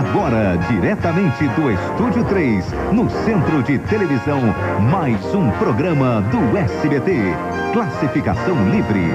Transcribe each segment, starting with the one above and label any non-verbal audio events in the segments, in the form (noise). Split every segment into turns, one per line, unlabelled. Agora, diretamente do Estúdio 3, no Centro de Televisão, mais um programa do SBT. Classificação livre.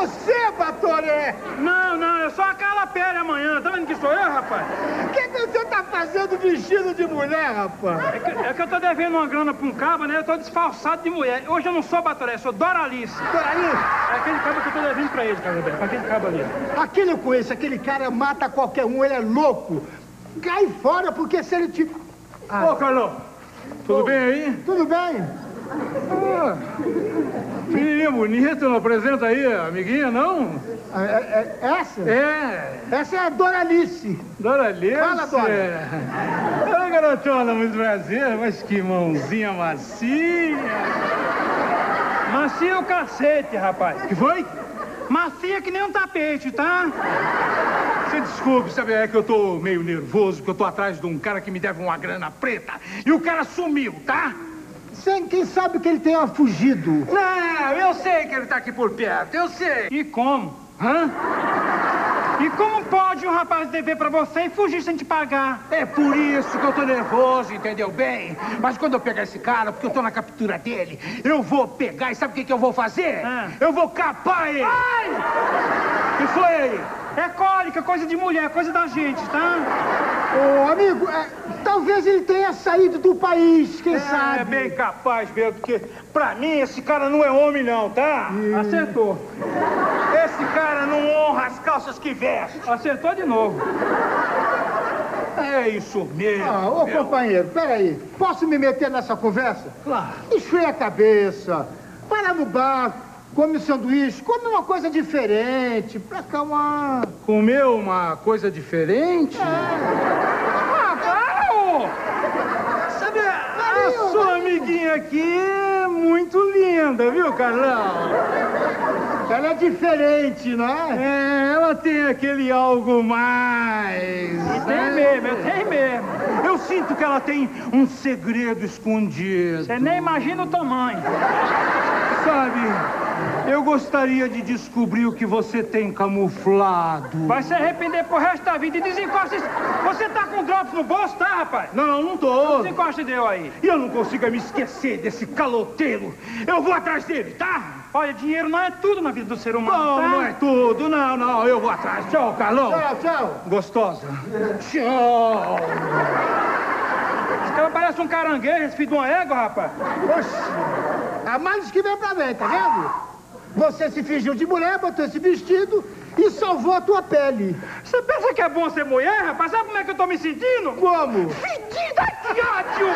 Você, Batoré!
Não, não, eu só a Carla Pérez amanhã. Tá vendo que sou eu, rapaz?
O que, que você tá fazendo vestido de mulher, rapaz?
É que, é que eu tô devendo uma grana pra um cabo, né? Eu tô disfarçado de mulher. Hoje eu não sou Batoré, sou Doralice.
Peraí,
É aquele cabo que eu tô devendo pra ele, cara, Roberto. Pra aquele cabo ali.
aquele eu conheço, aquele cara mata qualquer um, ele é louco. Cai fora, porque se ele te...
Ah. Ô, Carlão. Tudo bem aí?
Tudo bem?
Menininha bonita, não apresenta aí, amiguinha, não?
Ah, é- é- essa?
É,
Essa é a Doralice.
Doralice.
Fala, Dora.
é-
É. Oi, garotona, muito prazer. Mas que mãozinha macia. Macia é o cacete, rapaz. Que foi? Macia que nem um tapete, tá?
Você desculpe, sabe? É que eu tô meio nervoso, porque eu tô atrás de um cara que me deve uma grana preta e o cara sumiu, tá?
Sem quem sabe que ele tenha fugido.
Não, eu sei que ele tá aqui por perto, eu sei.
E como? Hã? E como pode um rapaz dever pra você e fugir sem te pagar?
É por isso que eu tô nervoso, entendeu bem? Mas quando eu pegar esse cara, porque eu tô na captura dele, eu vou pegar e sabe o que, que eu vou fazer?
Ah.
Eu vou capar ele! Ai! que foi ele?
É cólica, coisa de mulher, coisa da gente, tá?
Ô, amigo, é, talvez ele tenha saído do país, quem sabe?
É bem capaz mesmo, porque pra mim esse cara não é homem não, tá? Acertou.
Esse cara não honra as calças que veste.
Acertou de novo.
É isso mesmo.
Ah, ô companheiro, peraí. Posso me meter nessa conversa? Claro. Esfria a cabeça, para no bar, come um sanduíche, come uma coisa diferente, pra calmar.
Comeu uma coisa diferente? Ah, claro! Sabe, a
Marinho,
sua amiguinha aqui é muito linda, viu, Carlão?
Ela é diferente, não é?
É, ela tem aquele algo mais. né? Tem mesmo, é, tem mesmo.
Eu sinto que ela tem um segredo escondido.
Você nem imagina o tamanho.
Sabe, eu gostaria de descobrir o que você tem camuflado.
Vai se arrepender pro resto da vida e desencosta esse... Você tá com drops no bolso, tá, rapaz?
Não, não, não tô.
Desencosta e deu aí.
E eu não consigo me esquecer desse caloteiro. Eu vou atrás dele, tá?
Olha, dinheiro não é tudo na vida do ser humano,
Não,
tá?
não é tudo. Não, não, eu vou atrás. Tchau, Carlão.
Tchau, tchau. (laughs)
Gostosa. Tchau.
Esse cara parece um caranguejo, esse filho de uma égua, rapaz.
Oxi. A males que vem pra mim, tá vendo? Você se fingiu de mulher, botou esse vestido e salvou a tua pele.
Você pensa que é bom ser mulher, rapaz? Sabe como é que eu tô me sentindo?
Como?
Fedida de ódio!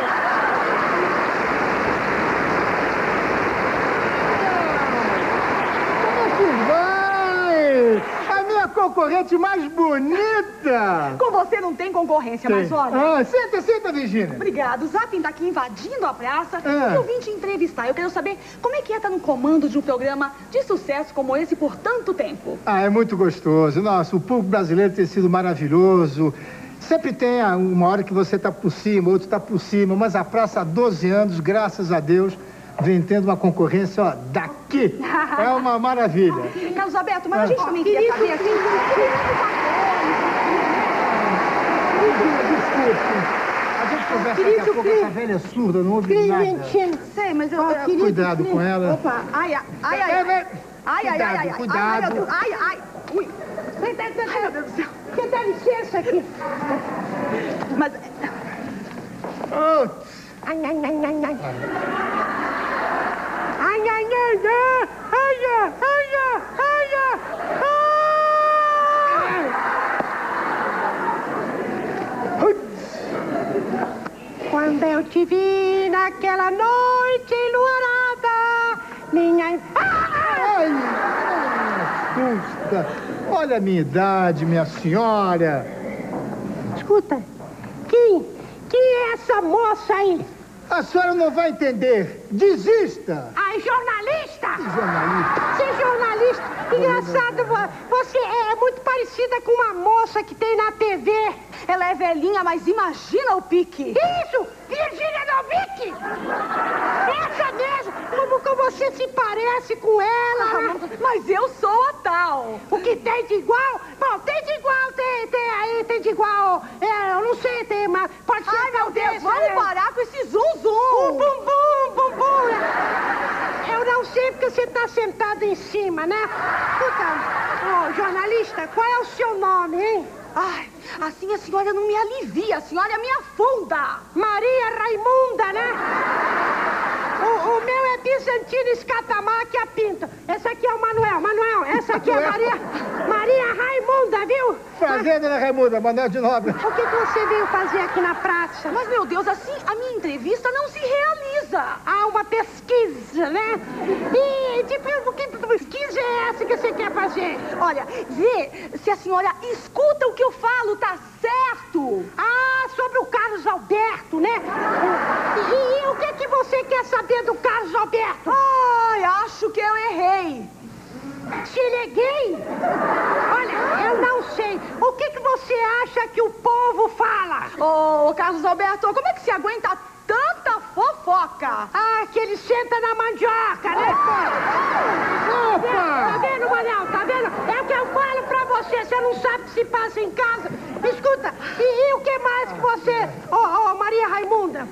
Como que Assim vai? A minha concorrente mais bonita.
Com você não tem concorrência, mas olha.
Ah, senta, senta, Virgínia.
Obrigado. O Zapping tá aqui invadindo a praça.
É.
Eu vim te entrevistar. Eu quero saber como é que é estar no comando de um programa de sucesso como esse por tanto tempo.
Ah, é muito gostoso. Nossa, o público brasileiro tem sido maravilhoso. Sempre tem ah, uma hora que você está por cima, outro está por cima, mas a praça há 12 anos, graças a Deus, vem tendo uma concorrência ó, daqui. É uma maravilha. Ah,
Carlos Alberto, mas a gente também queria saber assim.
A gente conversa daqui a pouco, essa velha é surda, não ouve nada.
Sei, mas eu.
Ah, cuidado com ela.
Opa, ai, ai, ai, ai.
Vai, vai.
Ai, ai, ai, ai.
Cuidado,
Ai, meu
cuidado.
Deus. Ai, ai. Ui. Ai, meu Deus do céu.
Você dá licença aqui.
Mas
Oh,
Ai, ai, ai, ai, ai. Ai, ai, ai, ai. Ai, ai, ai, ai, ai. Ai. Quando eu te vi naquela noite enluarada, minha... Ah!
ai, ai, custa. Olha a minha idade, minha senhora.
Escuta, que, que
é essa moça aí?
A senhora não vai entender. Desista!
A jornalista?
Jornalista.
Você jornalista? Engraçado, vo- você é muito parecida com uma moça que tem na TV.
Ela é velhinha, mas imagina o pique.
Isso! Virgínia Novick! Essa mesmo! Como, como você se parece com ela, né?
Ah, Mas eu sou a tal.
O que tem de igual? Bom, tem de igual, tem, tem aí, tem de igual. É, eu não sei, tem, mas pode ser.
Ai, meu Deus,
talvez,
vamos
né?
parar com esse zum
Bum,
zum.
bum, bum, bum, bum. Eu não sei porque você tá sentado em cima, né? Escuta, ô, jornalista, qual é o seu nome, hein?
Ai, assim a senhora não me alivia, a senhora me afunda.
Maria Raimunda, né? O, o meu é Bizantino Escatamáquia Pinto. Essa aqui é o Manuel. Manuel, essa aqui é Maria, Maria Raimunda, viu?
Fazenda, né, Raimundo? Manuel de Nobre.
O que, que você veio fazer aqui na praça?
Mas, meu Deus, assim a minha entrevista não se realiza.
Há uma pesquisa, né? E tipo, que pesquisa é essa que você quer fazer?
Olha, vê se a senhora escuta o que eu falo, tá certo?
Ah, sobre o Carlos Alberto, né? E, e o que, que você quer saber do Carlos Alberto?
Ai, acho que eu errei.
Se liguei? Olha, eu não sei. O que, que você acha que o povo fala?
Ô, Carlos Alberto, como é que se aguenta tanta fofoca?
Ah, que ele senta na mandioca, né? Tá
Opa!
vendo, Manel? Tá vendo? É o que eu falo pra você. Você não sabe o que se passa em casa. Escuta, e, e o que mais que você... Ô, ô, Maria Raimunda,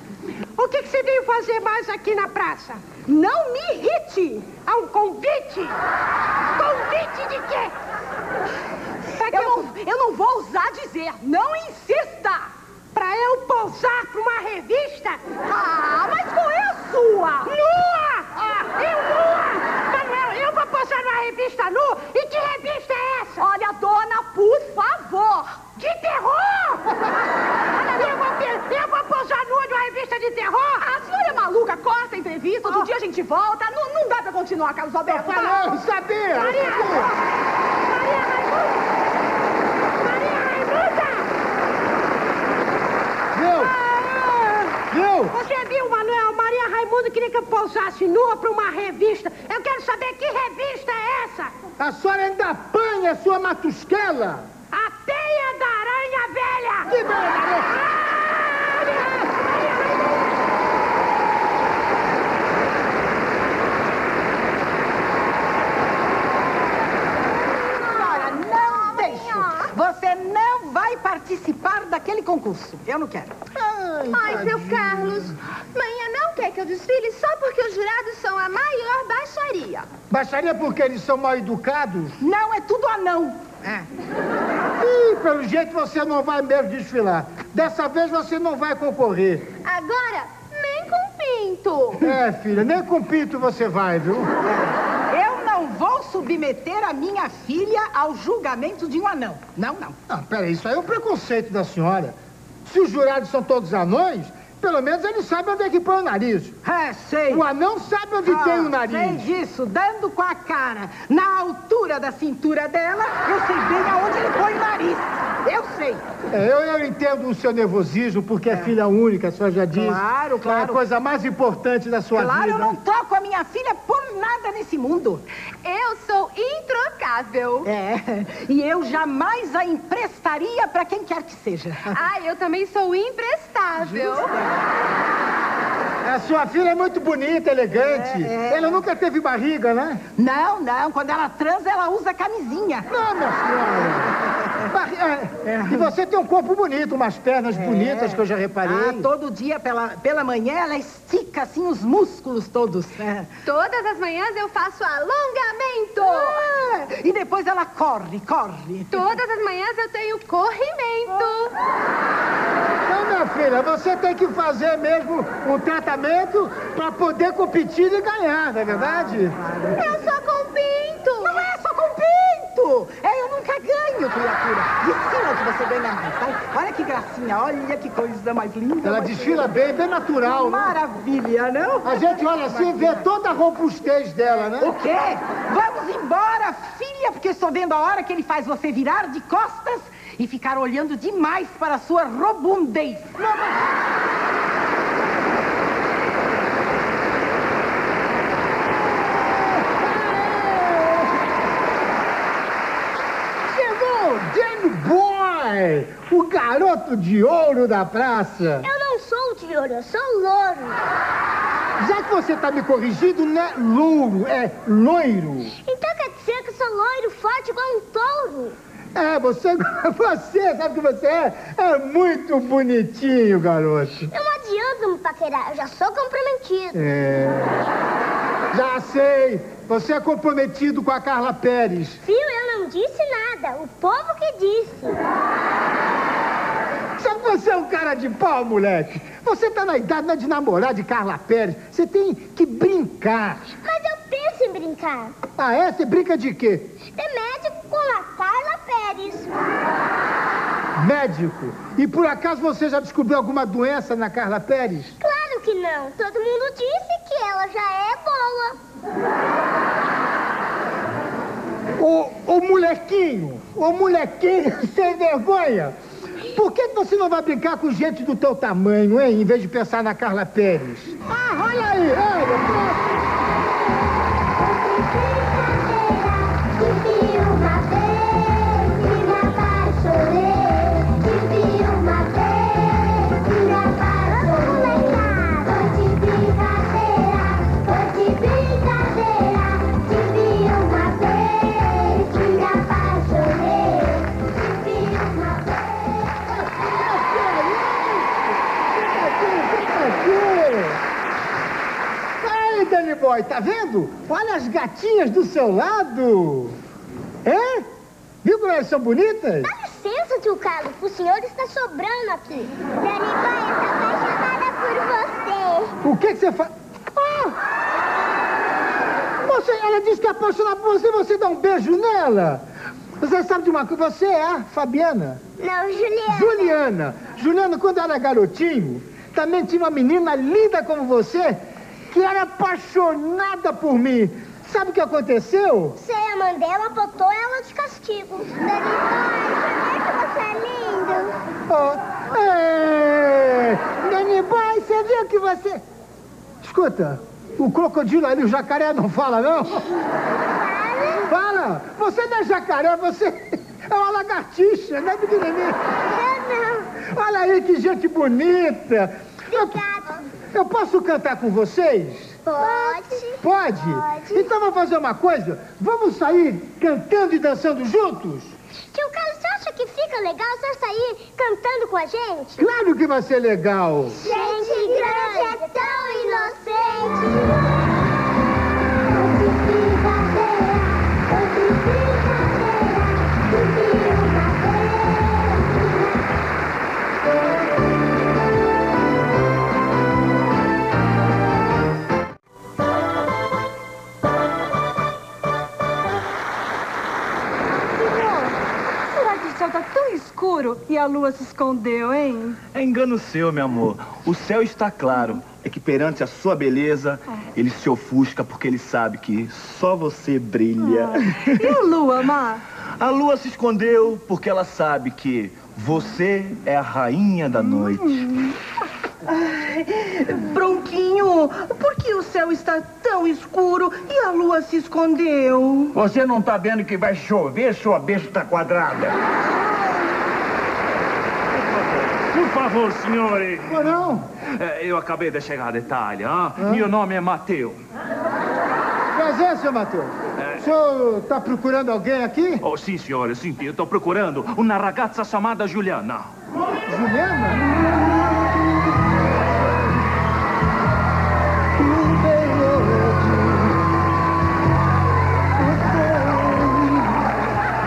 o que, que você veio fazer mais aqui na praça?
Não me irrite!
Há um convite? Convite de quê?
É
Pra que
Eu
eu-
não, eu não vou ousar dizer, não insista!
Pra eu pousar pra uma revista?
Ah, mas qual é a sua? Ah,
Nua! Eu nua! Manuel, eu vou pousar numa revista nua? E que revista é essa?
Olha, dona, por favor!
De terror! Eu vou, pe- eu vou pousar nua numa revista de terror?
A senhora é maluca, corta a entrevista, outro dia a gente volta. Não, não dá pra continuar, Carlos Alberto. vai.
Ah. Não, sabia!
Maria Raimunda! Maria Raimunda! Maria Raimunda!
Viu?
Ah,
Viu?
Você viu, Manuel? Maria Raimunda queria que eu pousasse nua pra uma revista. Eu quero saber que revista é essa?
A senhora ainda apanha a sua matusquela!
A teia da aranha velha!
Que beleza!
Senhora, não deixo. Você não vai participar daquele concurso. Eu não quero.
Ai, seu Carlos, manhã não quer que eu desfile só porque os jurados são a maior baixaria.
Baixaria porque eles são mal educados? É.
Não é tudo anão.
Ih, pelo jeito você não vai mesmo desfilar. Dessa vez você não vai concorrer.
Agora, nem com pinto.
É, filha, nem com pinto você vai, viu?
Eu não vou submeter a minha filha ao julgamento de um anão. Não, não.
Não, peraí, isso aí é um preconceito da senhora. Se os jurados são todos anões, pelo menos eles sabem onde é que põe o nariz.
É, sei. Ah,
O anão sabe onde tem o
Sei
nariz.
disso, dando com a cara na altura da cintura dela, eu sei bem aonde ele põe o nariz. Eu sei.
É, eu, eu entendo o seu nervosismo, porque é, filha única, a senhora já disse.
Claro,
É a
claro.
coisa mais importante da sua
Claro, eu
vida.
não troco a minha filha por nada nesse mundo.
Eu sou introcável.
É, e eu jamais a emprestaria pra quem quer que seja.
Ai, Ah, eu também sou imprestável.
A sua filha é muito bonita, elegante. Ela nunca teve barriga, né?
É, Não, não, quando ela transa, ela usa camisinha.
Não, minha senhora. Barri- é, E você tem um corpo bonito, umas pernas bonitas que eu já
Ah,
reparei.
todo dia pela, pela manhã ela estica assim os músculos todos. É.
Todas as manhãs eu faço alongamento.
Ah, E depois ela corre, corre.
Todas as manhãs eu tenho corrimento.
Então, minha filha, você tem que fazer mesmo um tratamento pra poder competir e ganhar, não é verdade?
Eu sou com
Não
pinto.
é só com pinto! É, eu nunca ganho, criatura. Desfila que você ganha mais, vai. Olha que gracinha, olha que coisa mais linda.
Ela
mais
desfila bem, bem natural, né?
Maravilha, não?
A gente olha assim e vê toda a robustez dela, né?
O quê? Vamos embora, filha, porque estou vendo a hora que ele faz você virar de costas e ficar olhando demais para a sua robundez.
de ouro da praça.
Eu não sou o de ouro, eu sou o louro.
Já que você tá me corrigindo, não é louro, é loiro.
Então quer dizer que eu sou loiro forte igual um touro?
É, você, (laughs) você, sabe o que você é? É muito bonitinho, garoto.
Não adianta me paquerar, eu já sou comprometido.
É. Já sei, você é comprometido com a Carla Pérez.
Viu? Eu não disse nada, o povo que disse.
Sabe que você é um cara de pau, moleque? Você tá na idade né, de namorar de Carla Pérez. Você tem que brincar.
Mas eu penso em brincar.
Ah, é? Você brinca de quê?
De médico com a Carla Pérez.
Médico. E por acaso você já descobriu alguma doença na Carla Pérez?
Claro que não. Todo mundo disse que ela já é boa.
Ô, ô molequinho, ô molequinho (laughs) sem vergonha, por que que você não vai brincar com gente do teu tamanho, hein? Em vez de pensar na Carla Pérez. Ah, olha aí, olha. Ei, Danny Boy, tá vendo? Olha as gatinhas do seu lado. É? Viu como elas são bonitas?
Dá licença, tio Carlos, um o senhor está sobrando aqui. Daniboy, eu sou apaixonada por você.
O que que você faz? Ah! Você, ela disse que é apaixonada por você, você dá um beijo nela. Você sabe de uma coisa, você é a Fabiana.
Não, Juliana.
Juliana. Juliana, quando era garotinho, também tinha uma menina linda como você que era apaixonada por mim. Sabe o que aconteceu?
Você, é Mandela, botou ela de castigo. Daniboy, você é lindo.
Oh, é... Danny Boy, você viu que você... Escuta, o crocodilo ali, o jacaré não fala, não?
Fala.
Fala! Você não é jacaré, você (laughs) é uma lagartixa, não é pequenininha?
Eu não.
Olha aí que gente bonita! Eu,
Obrigada.
eu posso cantar com vocês?
Pode.
Pode?
Pode.
Então vamos fazer uma coisa? Vamos sair cantando e dançando juntos?
Tio Carlos, você acha que fica legal só sair cantando com a gente?
Claro que vai ser legal!
Gente grande é tão inocente.
Será que o céu tá tão escuro e a lua se escondeu, hein?
É engano seu, meu amor. O céu está claro. É que perante a sua beleza,
É.
ele se ofusca porque ele sabe que só você brilha.
(laughs) E a lua, Má?
A lua se
Ah.
escondeu porque ela sabe que você é a rainha da noite.
Bronquinho, por que o céu está tão escuro e a lua se escondeu?
Você não tá vendo que vai chover, sua besta quadrada?
Por favor, senhores.
Ou não?
É, eu acabei de chegar da Itália. ah? Meu nome é Mateu.
Mas é, seu Matheus. O senhor tá procurando alguém aqui?
Oh, sim, senhora, sim, eu estou procurando uma ragazza chamada Juliana.
Juliana?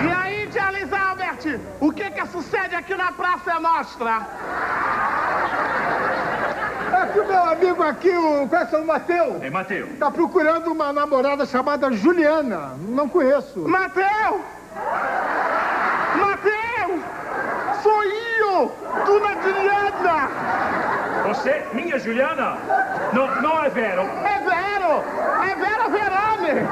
E aí, Charles Albert, o que que sucede aqui na Praça Nostra?
É que o meu amigo aqui, o. Qual é seu Matheus?
É Mateu.
Tá procurando uma namorada chamada Juliana. Não conheço.
Mateu! Mateu! Sou eu, Dona Juliana!
Você, minha Juliana? Não, não é vero.
É vero! É vero verame!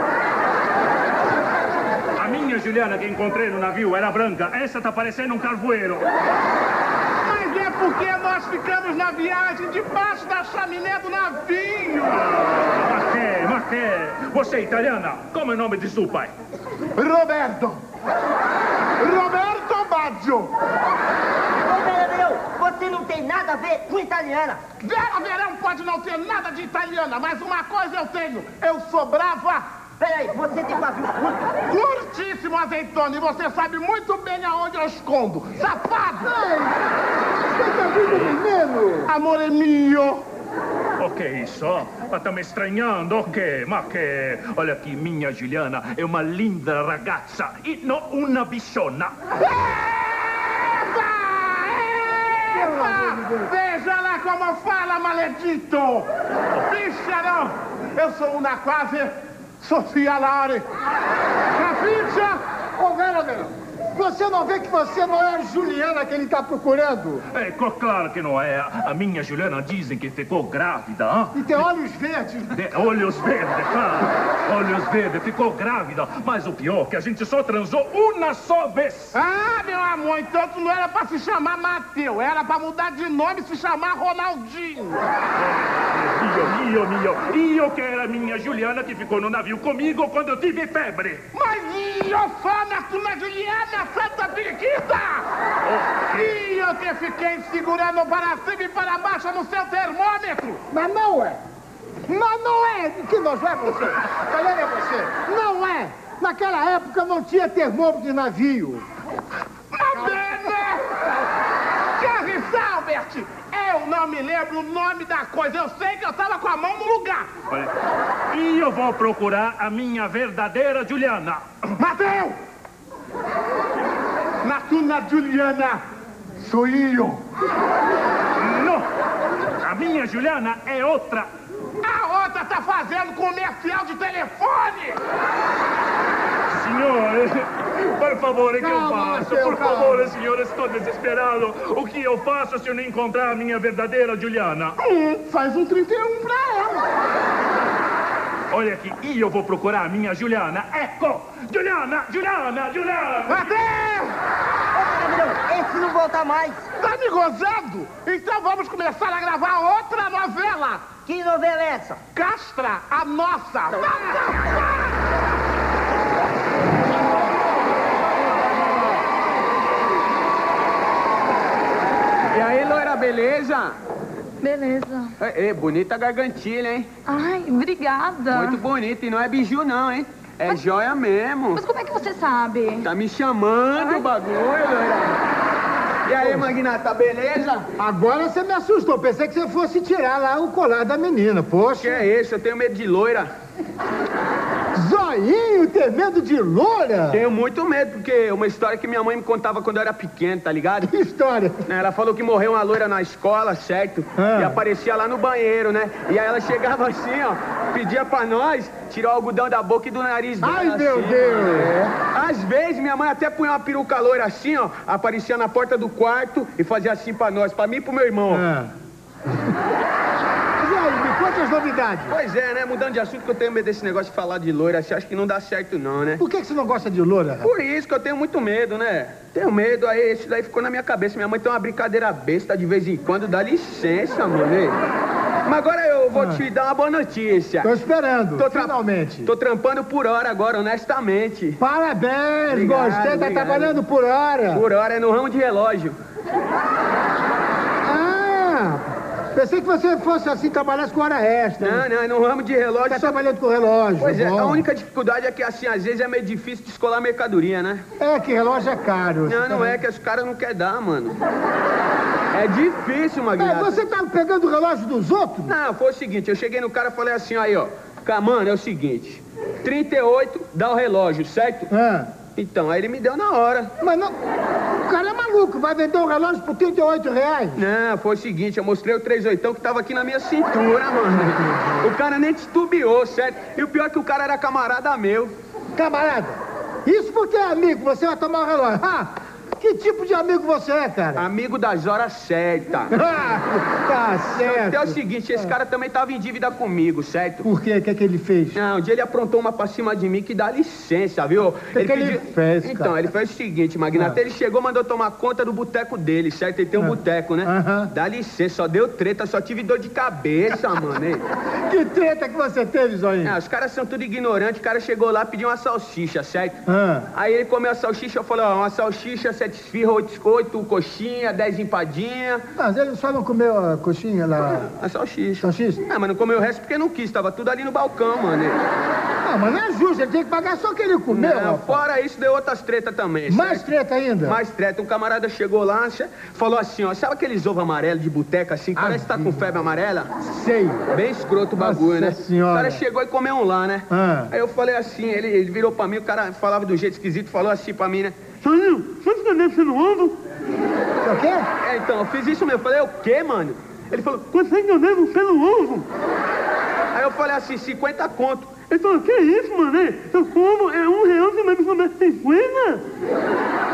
A minha Juliana que encontrei no navio era branca. Essa tá parecendo um carvoeiro.
Mas é porque nós ficamos na viagem debaixo da chaminé do navio!
Matei, Matei. Você é italiana? Como é o nome de seu pai?
Roberto! Roberto Baggio!
Ô, Benedeu,
tem nada a ver com italiana.
Vera Verão pode não ter nada de italiana, mas uma coisa eu tenho. Eu sou brava.
Peraí, você tem pavio curto?
Curtíssimo, azeitona, e você sabe muito bem aonde eu escondo. Safado!
Você tá vindo menino?
Amor é mio.
O que é isso? Ah, tá me estranhando? O que? Ma che? Olha aqui, minha Juliana é uma linda ragazza e não uma bichona.
Veja lá como fala, maledito! Bicha não! Eu sou uma quase Tá Sofia Laure! Capicha?
Ô, Vera, Verão, você não vê que você não é a Juliana que ele tá procurando?
É, co- claro que não é. A minha Juliana dizem que ficou grávida, hã?
E tem olhos verdes.
De- olhos verdes, claro. Olhos verdes, ficou grávida. Mas o pior é que a gente só transou uma só vez.
Ah, meu amor, então tu não era pra se chamar Mateu, era pra mudar de nome e se chamar Ronaldinho.
Io, io, mio. Io que era a minha Juliana que ficou no navio comigo quando eu tive febre.
Mas Iofana, tu não é Juliana, santa periquita! E eu te fiquei segurando para cima e para baixo no seu termômetro!
Mas não é. Mas não é. Que nojo é você? Galera, é você. Não é. Naquela época não tinha termômetro de navio.
Charles Albert, eu não me lembro o nome da coisa, eu sei que eu tava com a mão no lugar.
Olha. E eu vou procurar a minha verdadeira Juliana.
Mateu! Na tuna Juliana, sou eu.
Não! A minha Juliana é outra.
A outra tá fazendo comercial de telefone!
Senhor, por favor, o que eu
Calma,
faço?
Mateu,
por
calma.
favor, senhor, estou desesperado. O que eu faço se eu não encontrar a minha verdadeira Juliana?
Hum, faz um 31 pra ela.
Olha aqui, e eu vou procurar a minha Juliana. Ecco! Juliana, Juliana, Juliana!
Mateu! Esse não volta mais. Tá me gozando? Então vamos começar a gravar outra novela. Que novela é essa? Castra, a nossa.
E aí, loira, beleza?
Beleza.
É, é, bonita a gargantilha, hein?
Ai, obrigada.
Muito bonita e não é biju, não, hein? É joia mesmo.
Mas como é que você sabe?
Tá me chamando o bagulho, loira. E aí, Magnata, beleza?
Agora você me assustou. Pensei que você fosse tirar lá o colar da menina, poxa. Que
é isso? Eu tenho medo de loira.
Zoinho tem medo de loira?
Tenho muito medo, porque é uma história que minha mãe me contava quando eu era pequeno, tá ligado? Que
história? Ah.
Ela falou que morreu uma loira na escola, certo? E aparecia lá no banheiro, né? E aí ela chegava assim, ó, pedia pra nós tirar o algodão da boca e do nariz dela.
Ai, meu
assim,
Deus!
mano. É. Às vezes, minha mãe até punha uma peruca loira assim, ó, aparecia na porta do quarto e fazia assim pra nós, pra mim e pro meu irmão.
Ah. Mas e aí,
é
me conta as novidades.
Pois é, né? Mudando de assunto, que eu tenho medo desse negócio de falar de loira, assim, acho que não dá certo não, né?
Por que, que você não gosta de loura? né? rapaz?
Por isso que eu tenho muito medo, né? Tenho medo, aí isso daí ficou na minha cabeça. Minha mãe tem uma brincadeira besta de vez em quando, dá licença, mano. hein? Mas agora eu vou te dar uma boa notícia.
Ah. Tô esperando,
tra-
finalmente.
Tô trampando por hora agora, honestamente.
Parabéns, gostei, tá trabalhando por hora. Tá
Por hora, é no ramo de relógio.
Ah, pensei que você fosse assim, trabalhasse com hora extra.
Não, não, é no ramo de relógio.
Tá trabalhando com relógio. tá
Pois é,
bom.
a única dificuldade é que, assim, às vezes é meio difícil descolar a mercadoria, né?
É que relógio é caro.
Não, não é, que os caras não querem dar, mano. É difícil, Magnata.
Mas você tá pegando o relógio dos outros?
Não, foi o seguinte, eu cheguei no cara e falei assim, aí, ó. Cara, mano, é o seguinte, 38 dá o relógio, certo? Então, aí ele me deu na hora.
Ah. Mas não... O cara é maluco, vai vender um relógio por 38 reais.
Não, foi o seguinte, eu mostrei o 38 que tava aqui na minha cintura, mano. O cara nem titubeou, certo? E o pior é que o cara era camarada meu.
Camarada, isso porque é amigo, você vai tomar o relógio. Ah, que tipo de amigo você é, cara? (laughs)
Amigo das horas certas.
tá certo.
Então é o seguinte, esse cara também tava em dívida comigo, certo?
Por quê? O que é que ele fez?
Não, um dia ele aprontou uma pra cima de mim que dá licença, viu?
Que que ele fez, cara?
Então, ele fez o seguinte, Magnata.
Ah.
Ele chegou, mandou tomar conta do boteco dele, certo? Ele tem um boteco, né? Dá licença, só deu treta, só tive dor
(laughs)
de cabeça, mano. hein?
Que treta que você teve, Zoinho?
Ah, os caras são tudo ignorantes. O cara chegou lá, pediu uma salsicha, certo?
Ah.
Aí ele comeu a salsicha, eu falei, ó, uma salsicha, você sete esfirras, oito biscoitos, coxinha, dez empadinha.
Mas ele só não comeu a coxinha lá.
A salsicha.
Salsicha?
É, mas não comeu o resto porque não quis, tava tudo ali no balcão, mano.
Ah, mas não é justo, ele tem que pagar só o que ele comeu.
Não,
rapaz.
fora isso, deu outras tretas também.
Mais treta ainda?
Mais treta. Um camarada chegou lá, che- falou assim, ó, sabe aqueles ovos amarelos de boteca assim, que parece que tá com febre amarela?
Sei.
Bem escroto o bagulho, né?
Nossa senhora.
O cara chegou e comeu um lá, né?
Ah.
Aí eu falei assim, ele, ele virou pra mim, o cara falava de um jeito esquisito, falou assim pra mim, né? Soninho, você fica mexendo no ovo?
O quê?
É, então, eu fiz isso mesmo. Eu falei, o quê, mano? Ele falou, quanto é que eu devo pelo ovo? Aí eu falei assim, 50 conto. Ele falou, que isso, mano? Eu como, é um real, você vai me comer 50?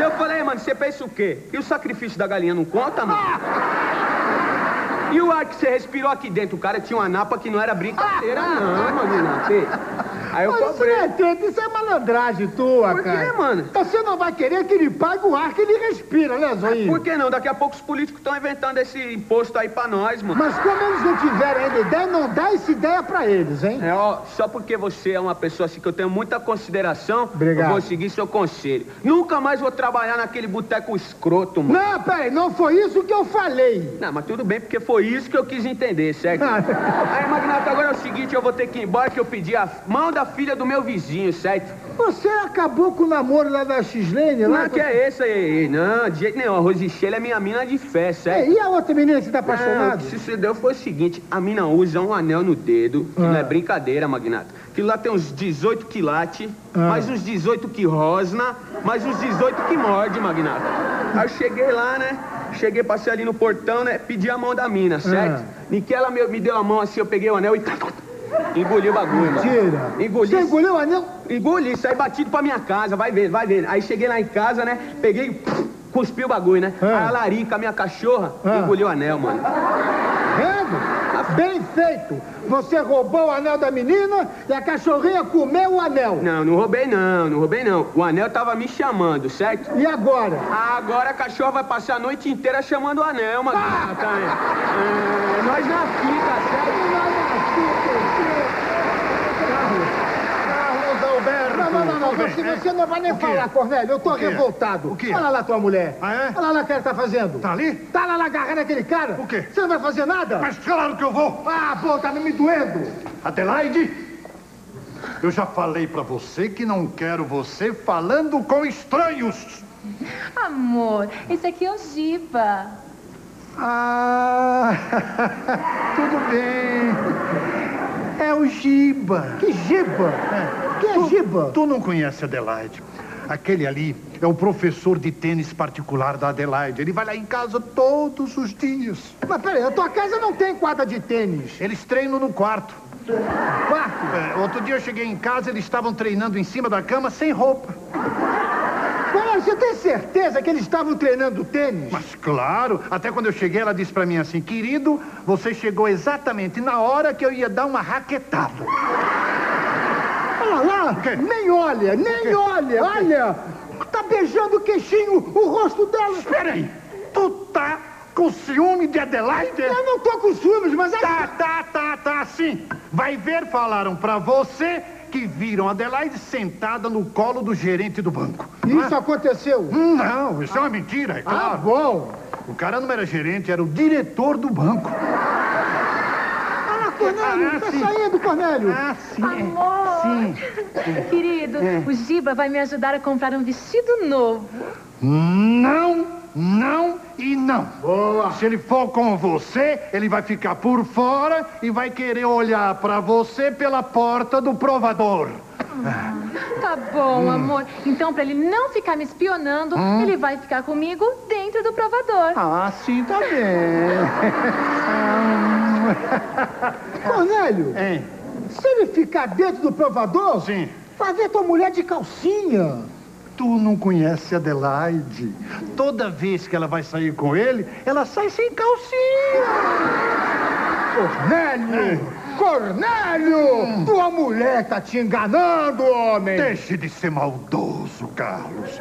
Eu falei, mano, você pensa o quê? E o sacrifício da galinha não conta, mano? E o ar que você respirou aqui dentro? O cara tinha uma napa que não era brincadeira, não, mano. Aí eu
Mas isso
cobrei.
não é treta, isso é malandragem tua,
Por quê,
cara.
mano?
Você não vai querer que ele pague o ar que ele respira, né, Zoinho?
Por que não? Daqui a pouco os políticos estão inventando esse imposto aí pra nós, mano.
Mas como eles não tiverem ainda ideia, não dá essa ideia pra eles, hein?
É, ó, só porque você é uma pessoa assim que eu tenho muita consideração,
Obrigado.
eu vou seguir seu conselho. Nunca mais vou trabalhar naquele boteco escroto, mano.
Não, peraí, não foi isso que eu falei.
Não, mas tudo bem, porque foi isso que eu quis entender, certo?
Ah.
Aí, Magnato, agora é o seguinte, eu vou ter que ir embora que eu pedi a mão da filha do meu vizinho, certo?
Você acabou com o namoro lá da X-Lane, né? lá?
Não, que é esse aí? Não, de jeito nenhum. A Rosichelle é minha mina de fé, certo?
É, e a outra menina que você tá
Não, o
apaixonado?
que sucedeu foi o seguinte, a mina usa um anel no dedo, que
Ah.
não é brincadeira, Magnato. Que lá tem uns 18 quilates,
Ah.
mais uns 18 que rosna, mais uns 18 que morde, Magnato. Aí eu cheguei lá, né? Cheguei, passei ali no portão, né? Pedi a mão da mina, certo?
Ah.
Em que ela me, me deu a mão assim, eu peguei o anel e... (laughs) Engoli o bagulho. mano.
Mentira.
Engoli.
Você engoliu o anel?
Engoli, saí batido pra minha casa, vai ver, vai ver. Aí cheguei lá em casa, né? Peguei, pff, cuspi o bagulho, né?
Ah.
Aí A Larica, minha cachorra, engoliu o anel, mano.
Vendo? Bem feito. Você roubou o anel da menina e a cachorrinha comeu o anel.
Não, não roubei não, não roubei não. O anel tava me chamando, certo?
E agora?
Agora a cachorra vai passar a noite inteira chamando o anel, mano. é, nós na fita, certo?
Carlos Alberto. Não, não, não, não.
Tudo
Você,
bem, é.
você não vai nem
O quê?
falar, Cornélio. Eu tô
O quê?
revoltado.
O quê?
Olha lá tua mulher.
Ah, é?
Olha lá o que ela tá fazendo.
Tá ali?
Tá lá na garra daquele cara. O quê? Você não vai fazer nada?
Mas claro que eu vou.
Ah, pô, tá me doendo.
Adelaide, eu já falei pra você que não quero você falando com estranhos.
Amor, esse aqui é o Giba.
Ah, (laughs) tudo bem. É o Giba.
Que Giba? Que é
tu,
Giba?
Tu não conhece Adelaide. Aquele ali é o professor de tênis particular da Adelaide. Ele vai lá em casa todos os dias.
Mas peraí, a tua casa não tem quadra de tênis.
Eles treinam no quarto. Quarto? É, outro dia eu cheguei em casa, eles estavam treinando em cima da cama sem roupa.
Cornélio, você tem certeza que eles estavam treinando tênis?
Mas claro, até quando eu cheguei, ela disse pra mim assim: querido, você chegou exatamente na hora que eu ia dar uma raquetada.
Olha lá, nem olha, nem olha, olha. Tá beijando o queixinho, o rosto dela.
Espera aí, tu tá com ciúme de Adelaide?
Eu não tô com ciúmes, mas...
Tá, tá, tá, tá, sim. Vai ver, falaram pra você que viram Adelaide sentada no colo do gerente do banco.
Isso aconteceu?
Hum, Não, isso é uma mentira, é claro.
Ah, bom.
O cara não era gerente, era o diretor do banco.
Ah, Cornélio,
Ah,
tá
sim.
saindo, Cornélio.
Ah, sim.
é.
Amor!
Sim.
Querido, o Giba vai me ajudar a comprar um vestido novo.
Não, não e não. Boa. Se ele for com você, ele vai ficar por fora e vai querer olhar pra você pela porta do provador.
Ah.
Tá
Hum.
bom, amor. Então, pra ele não ficar me espionando, ele vai ficar comigo dentro do provador.
Ah, sim, tá
(laughs)
bem.
Cornélio,
hein?
se ele ficar dentro do provador,
Sim.
vai ver tua mulher de calcinha.
Tu não conhece Adelaide. Toda vez que ela vai sair com ele, ela sai sem calcinha.
Cornélio! Cornélio! Tua mulher tá te enganando, homem!
Deixe de ser maldoso, Carlos.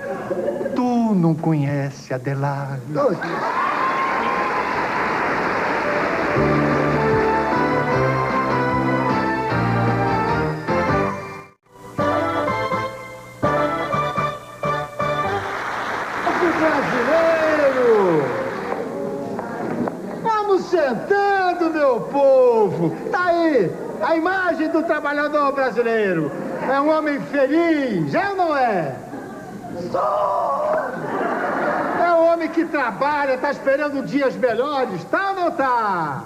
Tu não conhece Adelaide.
Obrigado. chegando, meu povo! Tá aí a imagem do trabalhador brasileiro. É um homem feliz, é ou não é? É um homem que trabalha, tá esperando dias melhores, tá ou não tá?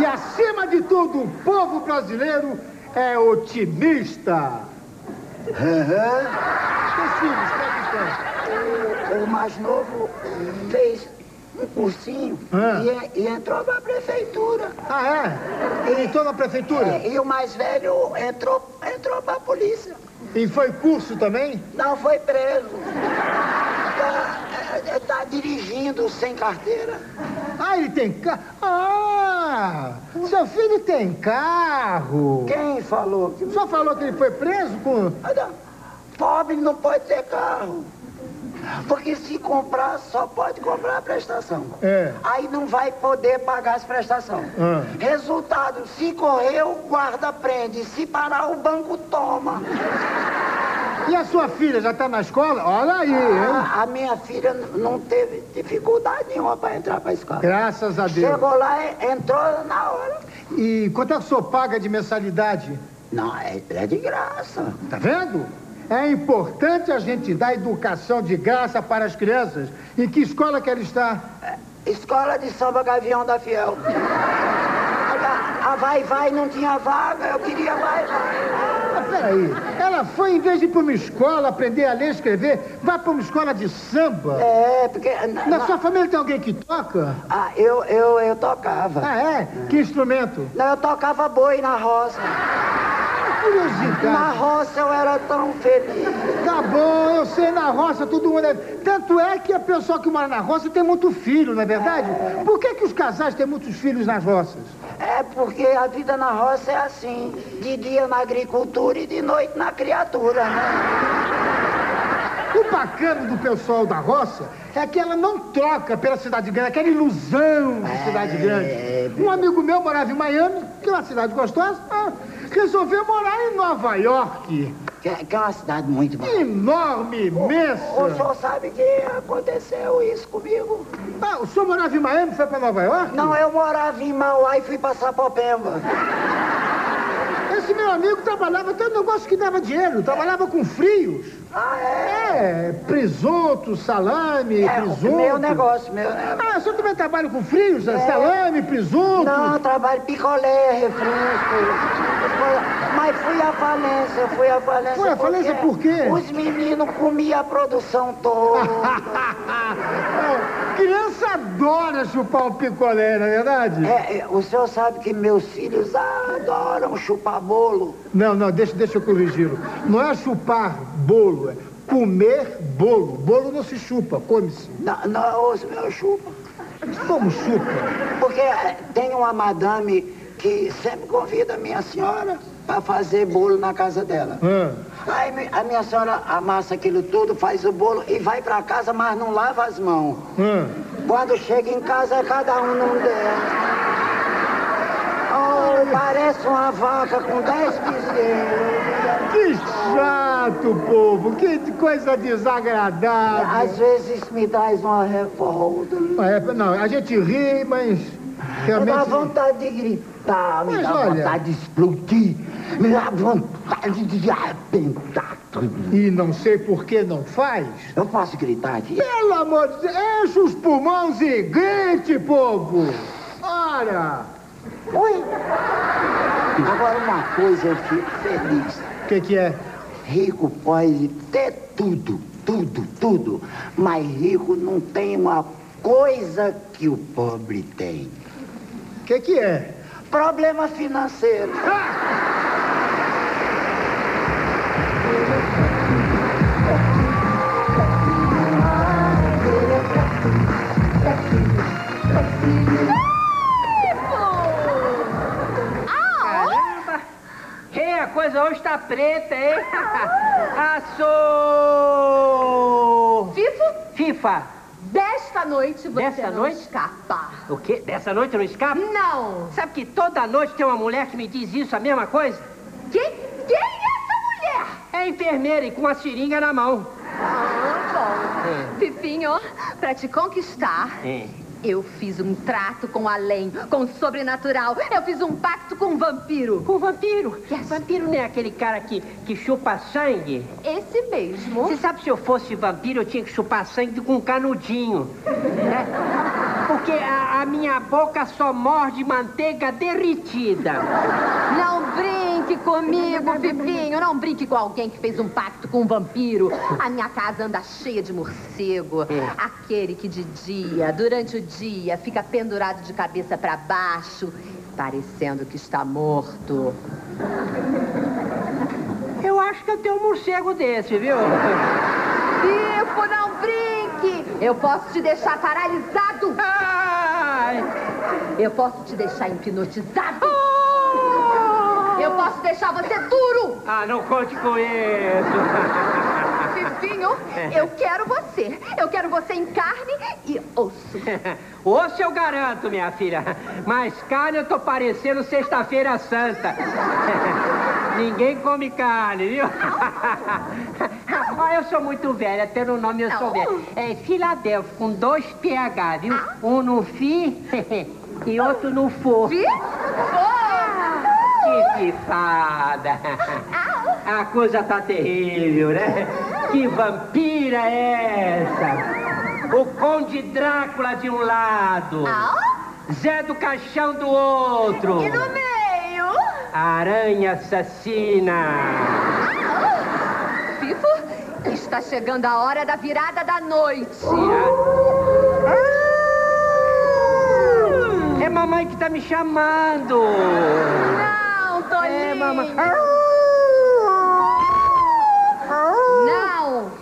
E acima de tudo, o povo brasileiro é otimista. Tipo
Seus filhos, quantos têm? O mais novo fez um cursinho
Ah.
e en- e, entrou pra prefeitura. É,
Ah, é? Ele entrou na prefeitura?
e o mais velho entrou, entrou pra polícia.
E foi curso também?
Não foi preso. Tá, é, é, tá dirigindo sem carteira.
Ah, ele tem carro. Ah! Seu filho tem carro!
Quem falou? Que...
Só falou que ele foi preso com.
Pobre não pode ter carro. Porque se comprar, só pode comprar a prestação.
É.
Aí não vai poder pagar as prestações.
Ah.
Resultado, se correr, o guarda prende. Se parar, o banco toma.
E a sua filha já tá na escola? Olha aí, hein?
A, a minha filha n- não teve dificuldade nenhuma para entrar para a escola.
Graças a Deus.
Chegou lá, e- entrou na hora.
E quanto é que o senhor paga de mensalidade?
Não, é, é de graça.
Tá vendo? É importante a gente dar educação de graça para as crianças. Em que escola que ela está?
Escola de samba Gavião da Fiel. A, a Vai Vai não tinha vaga, eu queria Vai Vai.
Ah, peraí. Ela foi, em vez de ir para uma escola aprender a ler e escrever, vai para uma escola de samba?
É, porque...
Na,
na-
sua família tem alguém que toca?
Ah, eu, eu, eu tocava.
Ah, é? Que instrumento?
Não, eu tocava boi na roça.
Curiosidade.
Na roça eu era tão feliz.
Tá bom, eu sei, na roça todo mundo é... Tanto é que a pessoa que mora na roça tem muito filho, não é verdade? Por que, que os casais têm muitos filhos nas roças?
É porque a vida na roça é assim. De dia na agricultura e de noite na criatura, né?
O bacana do pessoal da roça é que ela não troca pela cidade grande, aquela ilusão de
É,
cidade grande. Um amigo meu morava em Miami, que é uma cidade gostosa, ah, resolveu morar em Nova York.
Que, que é uma cidade muito boa.
Enorme, imensa.
O senhor sabe que aconteceu isso comigo?
Ah, o senhor morava em Miami, foi pra Nova York?
Não, eu morava em Mauá e fui pra Sapopemba.
Esse meu amigo trabalhava até um negócio que dava dinheiro, trabalhava com frios.
Ah,
é? É, presunto, salame,
É,
presunto.
meu negócio, meu negócio.
Ah, o senhor também trabalha com frios, É, salame, presunto?
Não, eu Ah, trabalho picolé, refresco. coisa- Mas fui à falência, fui à falência.
Foi à falência por quê?
Os meninos comiam a produção
(laughs)
toda.
É, Criança adora chupar o picolé, não é verdade?
É, é, o senhor sabe que meus filhos adoram chupar bolo.
Não, não, deixa, deixa eu corrigi-lo. Não é chupar bolo, é comer bolo. Bolo não se chupa, come-se.
Não, não, os meus chupam.
Como chupa?
Porque é, tem uma madame que sempre convida a minha senhora para fazer bolo na casa dela.
Ah,
Aí mi- a minha senhora amassa aquilo tudo, faz o bolo e vai para casa, mas não lava as mãos.
ah.
Quando chega em casa, é cada um num dela. Oh, parece uma vaca com dez bezerros.
Que chato, povo. Que coisa desagradável.
Às vezes me traz uma revolta.
É, não, a gente ri, mas
Me dá
realmente...
vontade de gritar, me
Mas
dá
olha-
vontade de explodir, me dá vontade de
é
arrebentar tudo.
E não sei por que não faz.
Eu posso
tá
gritar aqui?
É.
Pelo amor de Deus, enche os pulmões e grite, povo. Ora,
Oi! Agora uma coisa eu fico feliz.
o que que é?
Rico pode ter tudo, tudo, tudo, mas rico não tem uma coisa que o pobre tem.
O que que é?
Problema
(laughs)
financeiro.
Caramba! Ei, a coisa hoje tá preta, hein? (laughs) Ah, sou...
FIFA?
FIFA.
Desta noite você
Desta
não
noite?
escapa.
O quê? Dessa noite eu não escapa?
Não.
Sabe que toda noite tem uma mulher que me diz isso, a mesma coisa?
Quem? Quem é essa mulher?
É enfermeira e com a seringa na mão.
Ah, bom. Fifinho, pra te conquistar,
É.
Eu fiz um trato com além, com o sobrenatural. Eu fiz um pacto com um vampiro.
Com um vampiro? Vampiro não é aquele cara que,
(laughs)
que chupa sangue?
Esse mesmo.
Você sabe se eu fosse vampiro, eu tinha que chupar sangue com um canudinho. né? Porque a, a minha boca só morde manteiga derretida.
Não brinque comigo, Pipinho. Não brinque com alguém que fez um pacto com um vampiro. A minha casa anda cheia de morcego.
É.
Aquele que de dia, durante o dia, fica pendurado de cabeça pra baixo, parecendo que está morto.
Eu acho que eu tenho um morcego desse, viu?
Pipo, Tipo, não brinque! Eu posso te deixar paralisado! Eu posso te deixar hipnotizado! Eu posso deixar você duro!
Ah, não conte com isso. (laughs)
Fifinho, eu quero você. Eu quero você em carne e osso.
Osso eu garanto, minha filha. Mas carne eu tô parecendo sexta-feira santa. Ninguém come carne, viu? Ah, eu sou muito velha, pelo nome eu sou velha. É Filadélfia, com dois PH, viu? Um no fi (laughs) e outro no fo.
Fi?
Ah.
Que pifada! A coisa tá terrível, né? Que vampira é essa? O Conde Drácula de um lado, Zé do Caixão do outro,
E no meio?
a Aranha Assassina.
Fifo, está chegando a hora da virada da noite.
É mamãe que tá me chamando.
Não, Toninho.
É mamãe.
Não.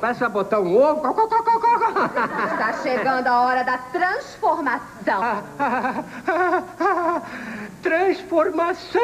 Passa a botar um ovo. Cocô, cocô, cocô.
Está chegando a hora da transformação.
(laughs) Transformação!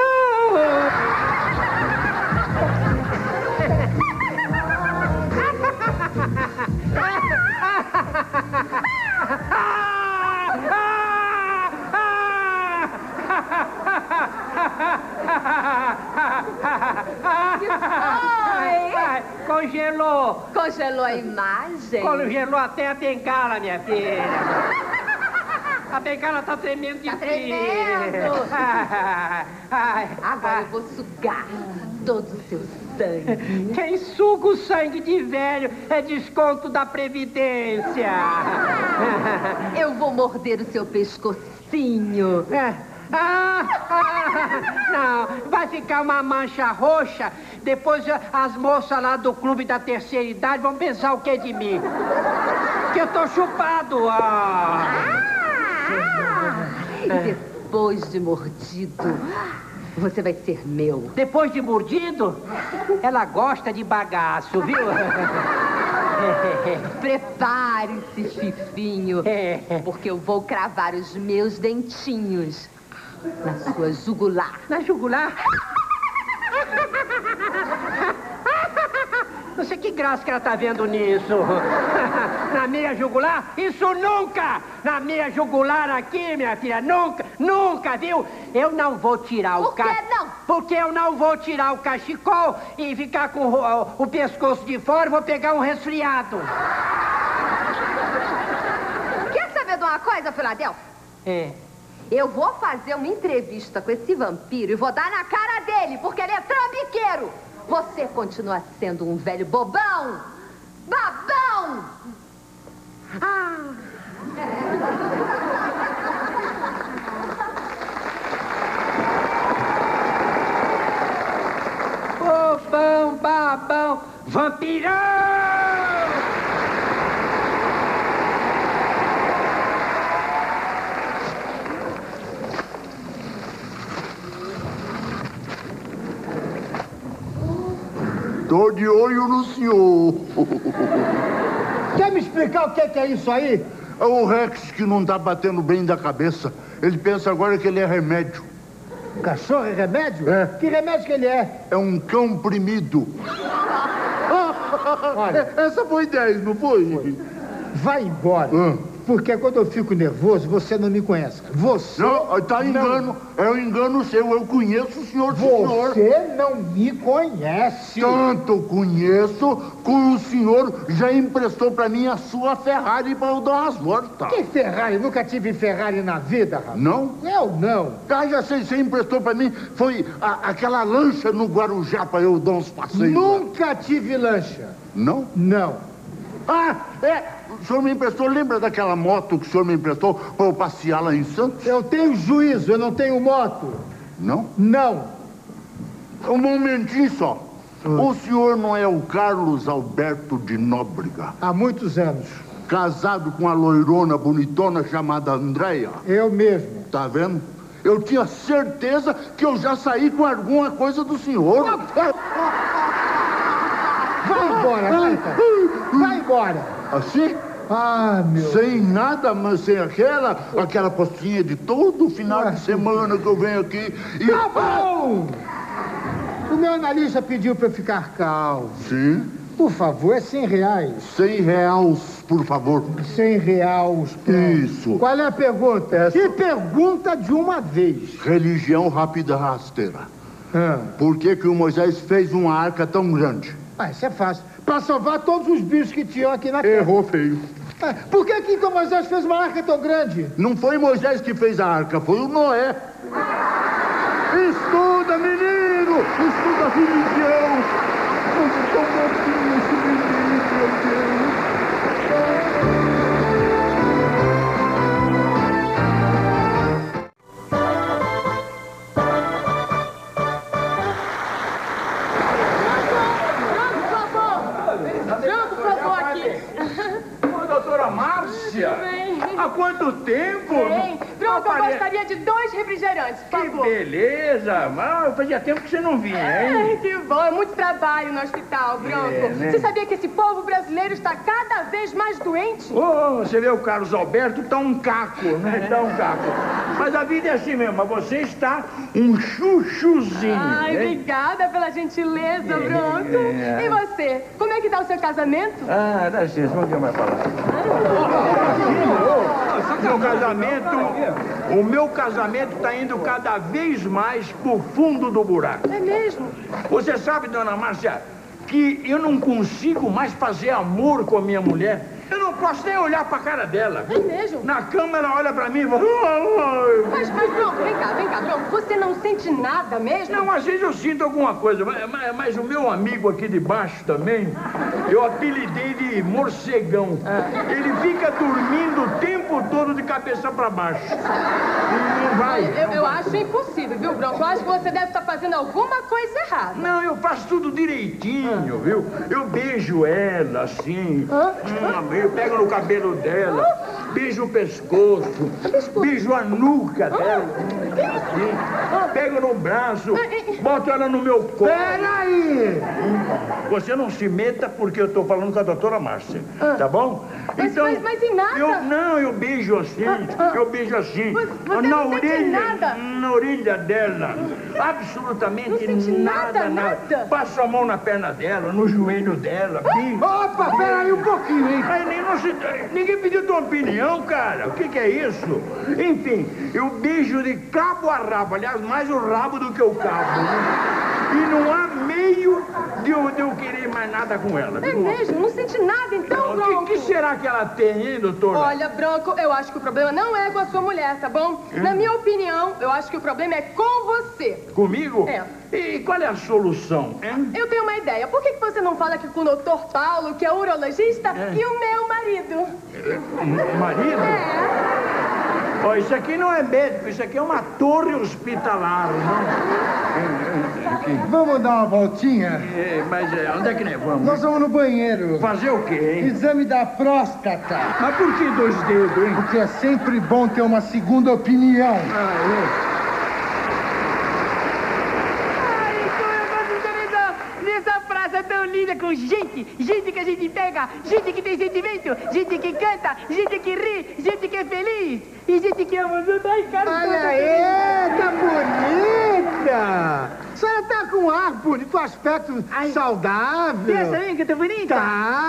Ai, Congelou!
Congelou a imagem?
Congelou até a bengala, minha filha! A bengala tá tremendo de
Tá
frio! (laughs)
tremendo. Agora eu vou sugar todo o seu sangue.
Quem suga o sangue de velho é desconto da Previdência.
(laughs) Eu vou morder o seu
(laughs)
pescocinho.
Ah, Não, vai ficar uma mancha roxa. Depois eh, as moças lá do clube da terceira idade vão pensar o que de mim? Que eu tô chupado. Ah.
E depois de mordido, você vai ser
(laughs)
meu.
Depois de mordido, ela gosta de bagaço, viu?
Prepare-se,
(laughs)
Fifinho, porque eu vou cravar os meus dentinhos na sua jugular.
Na jugular? Não sei que graça que ela tá vendo nisso. Na minha jugular? Isso nunca! Na minha jugular aqui, minha filha, nunca, nunca, viu? Eu não vou tirar o
Por que
cachecol.
não?
Porque eu não vou tirar o cachecol e ficar com o, o pescoço de fora, vou pegar um resfriado.
Quer saber de uma coisa, Filadélfia?
É.
Eu vou fazer uma entrevista com esse vampiro e vou dar na cara dele, porque ele é trambiqueiro. Você continua sendo um velho bobão. Babão! Ah!
Bobão, babão, vampirão!
Tô de olho no senhor.
Quer me explicar o que é, que é isso aí?
É o Rex que não tá batendo bem da cabeça. Ele pensa agora que ele é remédio.
Cachorro é remédio? É. Que remédio que ele é?
É um cão
(laughs)
primido.
Olha.
(laughs) Essa foi 10, não foi?
Vai embora. Porque quando eu fico nervoso, você não me conhece. Você.
Não, tá engano. É um engano seu. Eu conheço o senhor, sim, senhor.
Você não me conhece.
Tanto conheço que o senhor já emprestou pra mim a sua Ferrari pra eu dar umas voltas.
Que Ferrari? Nunca tive Ferrari na vida, rapaz.
Não?
Eu não.
Ah, já sei, você emprestou pra mim. Foi a- aquela lancha no Guarujá pra eu dar uns passeios. né?
Nunca tive lancha.
Não?
Não.
Ah, é. O senhor me emprestou, lembra daquela moto que o senhor me emprestou pra eu passear lá em Santos?
Eu tenho juízo, eu não tenho moto.
Não?
Não.
Um momentinho só.
Ah.
O senhor não é o Carlos Alberto de Nóbrega?
Há muitos anos.
Casado com a loirona bonitona chamada Andréia?
Eu mesmo.
Tá vendo? Eu tinha certeza que eu já saí com alguma coisa do senhor.
Vai embora, Tata. Vai embora.
Assim?
Ah, meu.
Sem nada, mas sem aquela, aquela postinha de todo final de semana que eu venho aqui e.
Tá bom! O meu analista pediu pra eu ficar calmo.
Sim.
Por favor, é 100 reais.
100 reais, por favor.
100 reais. pronto.
Isso.
Qual é a pergunta? Que pergunta de uma vez.
Religião rápida rasteira.
É.
Por que, que o Moisés fez uma arca tão grande?
Ah, isso é fácil. Pra salvar todos os bichos que tinham aqui na terra.
Errou feio.
Ah, Por que que então Moisés fez uma arca tão grande?
Não foi Moisés que fez a arca, foi o Noé. Estuda, menino! Estuda a religião! Como tão bonzinho esse menino, meu Deus!
Franco provou aqui.
Ô, doutora Márcia! Há quanto tempo?
Bem, Pronto, eu
Aparece-
gostaria de dois refrigerantes, por favor.
Beleza, mas fazia tempo que você não vinha,
Ai,
hein?
que bom, é muito trabalho no hospital, Bronco.
É, né?
Você sabia que esse povo brasileiro está cada vez mais doente?
Ô, você vê o Carlos Alberto, tá um caco,
É.
né? Tá um caco. Mas a vida é assim mesmo, mas você está um chuchuzinho.
Ai,
hein?
obrigada pela gentileza, Bronco.
é.
E você, como é que tá o seu casamento?
(laughs) Ah, dá licença, não quero mais falar. Meu casamento, o meu casamento está indo cada vez mais pro fundo do buraco.
É mesmo?
Você sabe, dona Márcia, que eu não consigo mais fazer amor com a minha mulher. Eu não posso nem olhar pra cara dela.
É mesmo?
Na cama ela olha pra mim e fala...
Mas, mas, Bronco, vem cá, vem cá, Bronco. Você não sente nada mesmo?
Não, às vezes eu sinto alguma coisa, mas, mas- mas o meu amigo aqui de baixo também, eu apelidei de morcegão. Ele fica dormindo o tempo todo de cabeça pra baixo. E não vai.
Eu, eu acho impossível, viu, Bronco? Eu acho que você deve estar fazendo alguma coisa errada.
Não, eu faço tudo direitinho, viu? Eu beijo ela, assim. Hum, eu pego no cabelo dela, beijo o pescoço, beijo a nuca dela. Assim. Pego no braço, boto ela no meu colo.
Peraí!
Você não se meta porque eu tô falando com a doutora Márcia,
Ah.
tá bom?
Mas- mas- mas em nada.
Eu, não, eu beijo assim,
Ah, ah.
eu beijo assim.
Mas você
na
não sente
orelha,
nada.
na orelha dela. Absolutamente
Não sente nada,
nada, Passo a mão na perna dela, no joelho dela. beijo.
Opa, peraí um pouquinho, hein?
Ai, nem- não se- ninguém pediu tua opinião, cara. O que, que é isso? Enfim, eu beijo de cabo a rabo. Aliás, mais o rabo do que o cabo. né? E não há meio de eu, de eu querer mais nada com ela.
É mesmo? Não sente nada, então,
O
Bronco?
que, que será que ela tem, hein, doutora?
Olha, Bronco, eu acho que o problema não é com a sua mulher, tá bom? Na minha opinião, eu acho que o problema é com você.
Comigo?
É.
E qual é a solução, hein?
Eu tenho uma ideia. Por que, que você não fala aqui com o doutor Paulo, que é urologista, e o meu marido?
M- Marido? Ó, isso aqui não é médico, isso aqui é uma torre hospitalar, não? É, é, é,
Vamos dar uma voltinha?
É, mas é, onde é que nós vamos?
Nós vamos no banheiro.
Fazer o quê, hein?
Exame da próstata.
Mas por que dois dedos, hein?
Porque é sempre bom ter uma segunda opinião.
Ah, é?
Senhorita, Nessa praça tão linda com gente, gente que a gente pega, gente que tem sentimento, gente que canta, gente que ri, gente que é feliz e gente que ama. Ai, cara,
Olha aí, tá bonita! A senhora tá com ar bonito, um aspecto saudável.
Pensa bem que eu tô bonita?
Tá.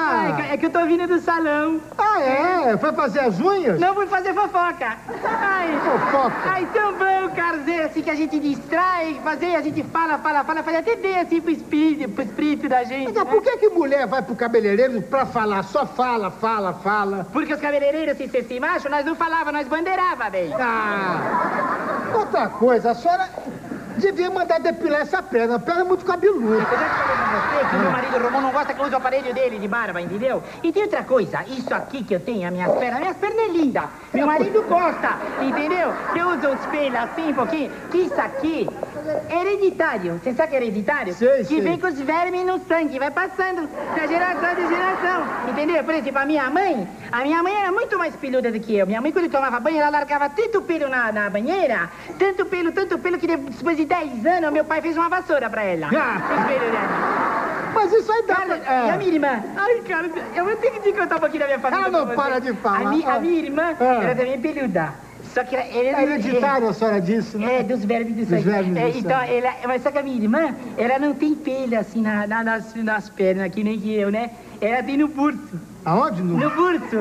Ai, é que eu tô vindo do salão.
Ah, é? Foi fazer as unhas?
Não fui fazer fofoca. Ai.
Fofoca.
Ai, tão bom, Carlos, é assim que a gente distrai, fazer, a gente fala, fala, fala, faz até bem assim pro espírito, pro espírito da gente. né?
Mas Então, por que que mulher vai pro cabeleireiro pra falar? Só fala, fala, fala.
Porque os cabeleireiros, assim, se se macho, nós não falava, nós bandeirava, bem.
Ah. Outra coisa, a senhora devia mandar depilar essa perna. A perna é muito cabeluda.
Eu já te falei pra você que meu marido Romão não gosta que eu use o aparelho dele de barba, entendeu? E tem outra coisa, isso aqui que eu tenho, as minhas pernas, minhas pernas é linda. Meu marido gosta, entendeu? Eu uso o espelho assim um pouquinho, que isso aqui é hereditário. Você sabe que é hereditário?
Sei,
que
sei.
vem com os vermes no sangue, vai passando da geração de geração, entendeu? Por exemplo, a minha mãe, a minha mãe era muito mais peluda do que eu. Minha mãe, quando tomava banho, ela largava tanto pelo na, na banheira, tanto pelo, tanto pelo, que depois de 10 anos, meu pai fez uma vassoura pra ela.
Ah, Mas isso aí dá
Carlos,
pra- é.
E a minha irmã? Ai, cara, eu vou ter que te contar um pouquinho da minha família.
Ela Ah, não
pra você.
para de falar.
A, mi- a
Ah.
minha irmã
Ah.
era também é peluda. Só que ela...
É
(laughs)
hereditário, a senhora disse, né?
É, dos vermes do
Dos
sangue.
vermes do
É, então,
sangue.
ela, mas só que a minha irmã, ela não tem pelo assim na- na- nas, nas pernas, que nem que eu, né? Ela tem no pulso.
Aonde? No,
no pulso.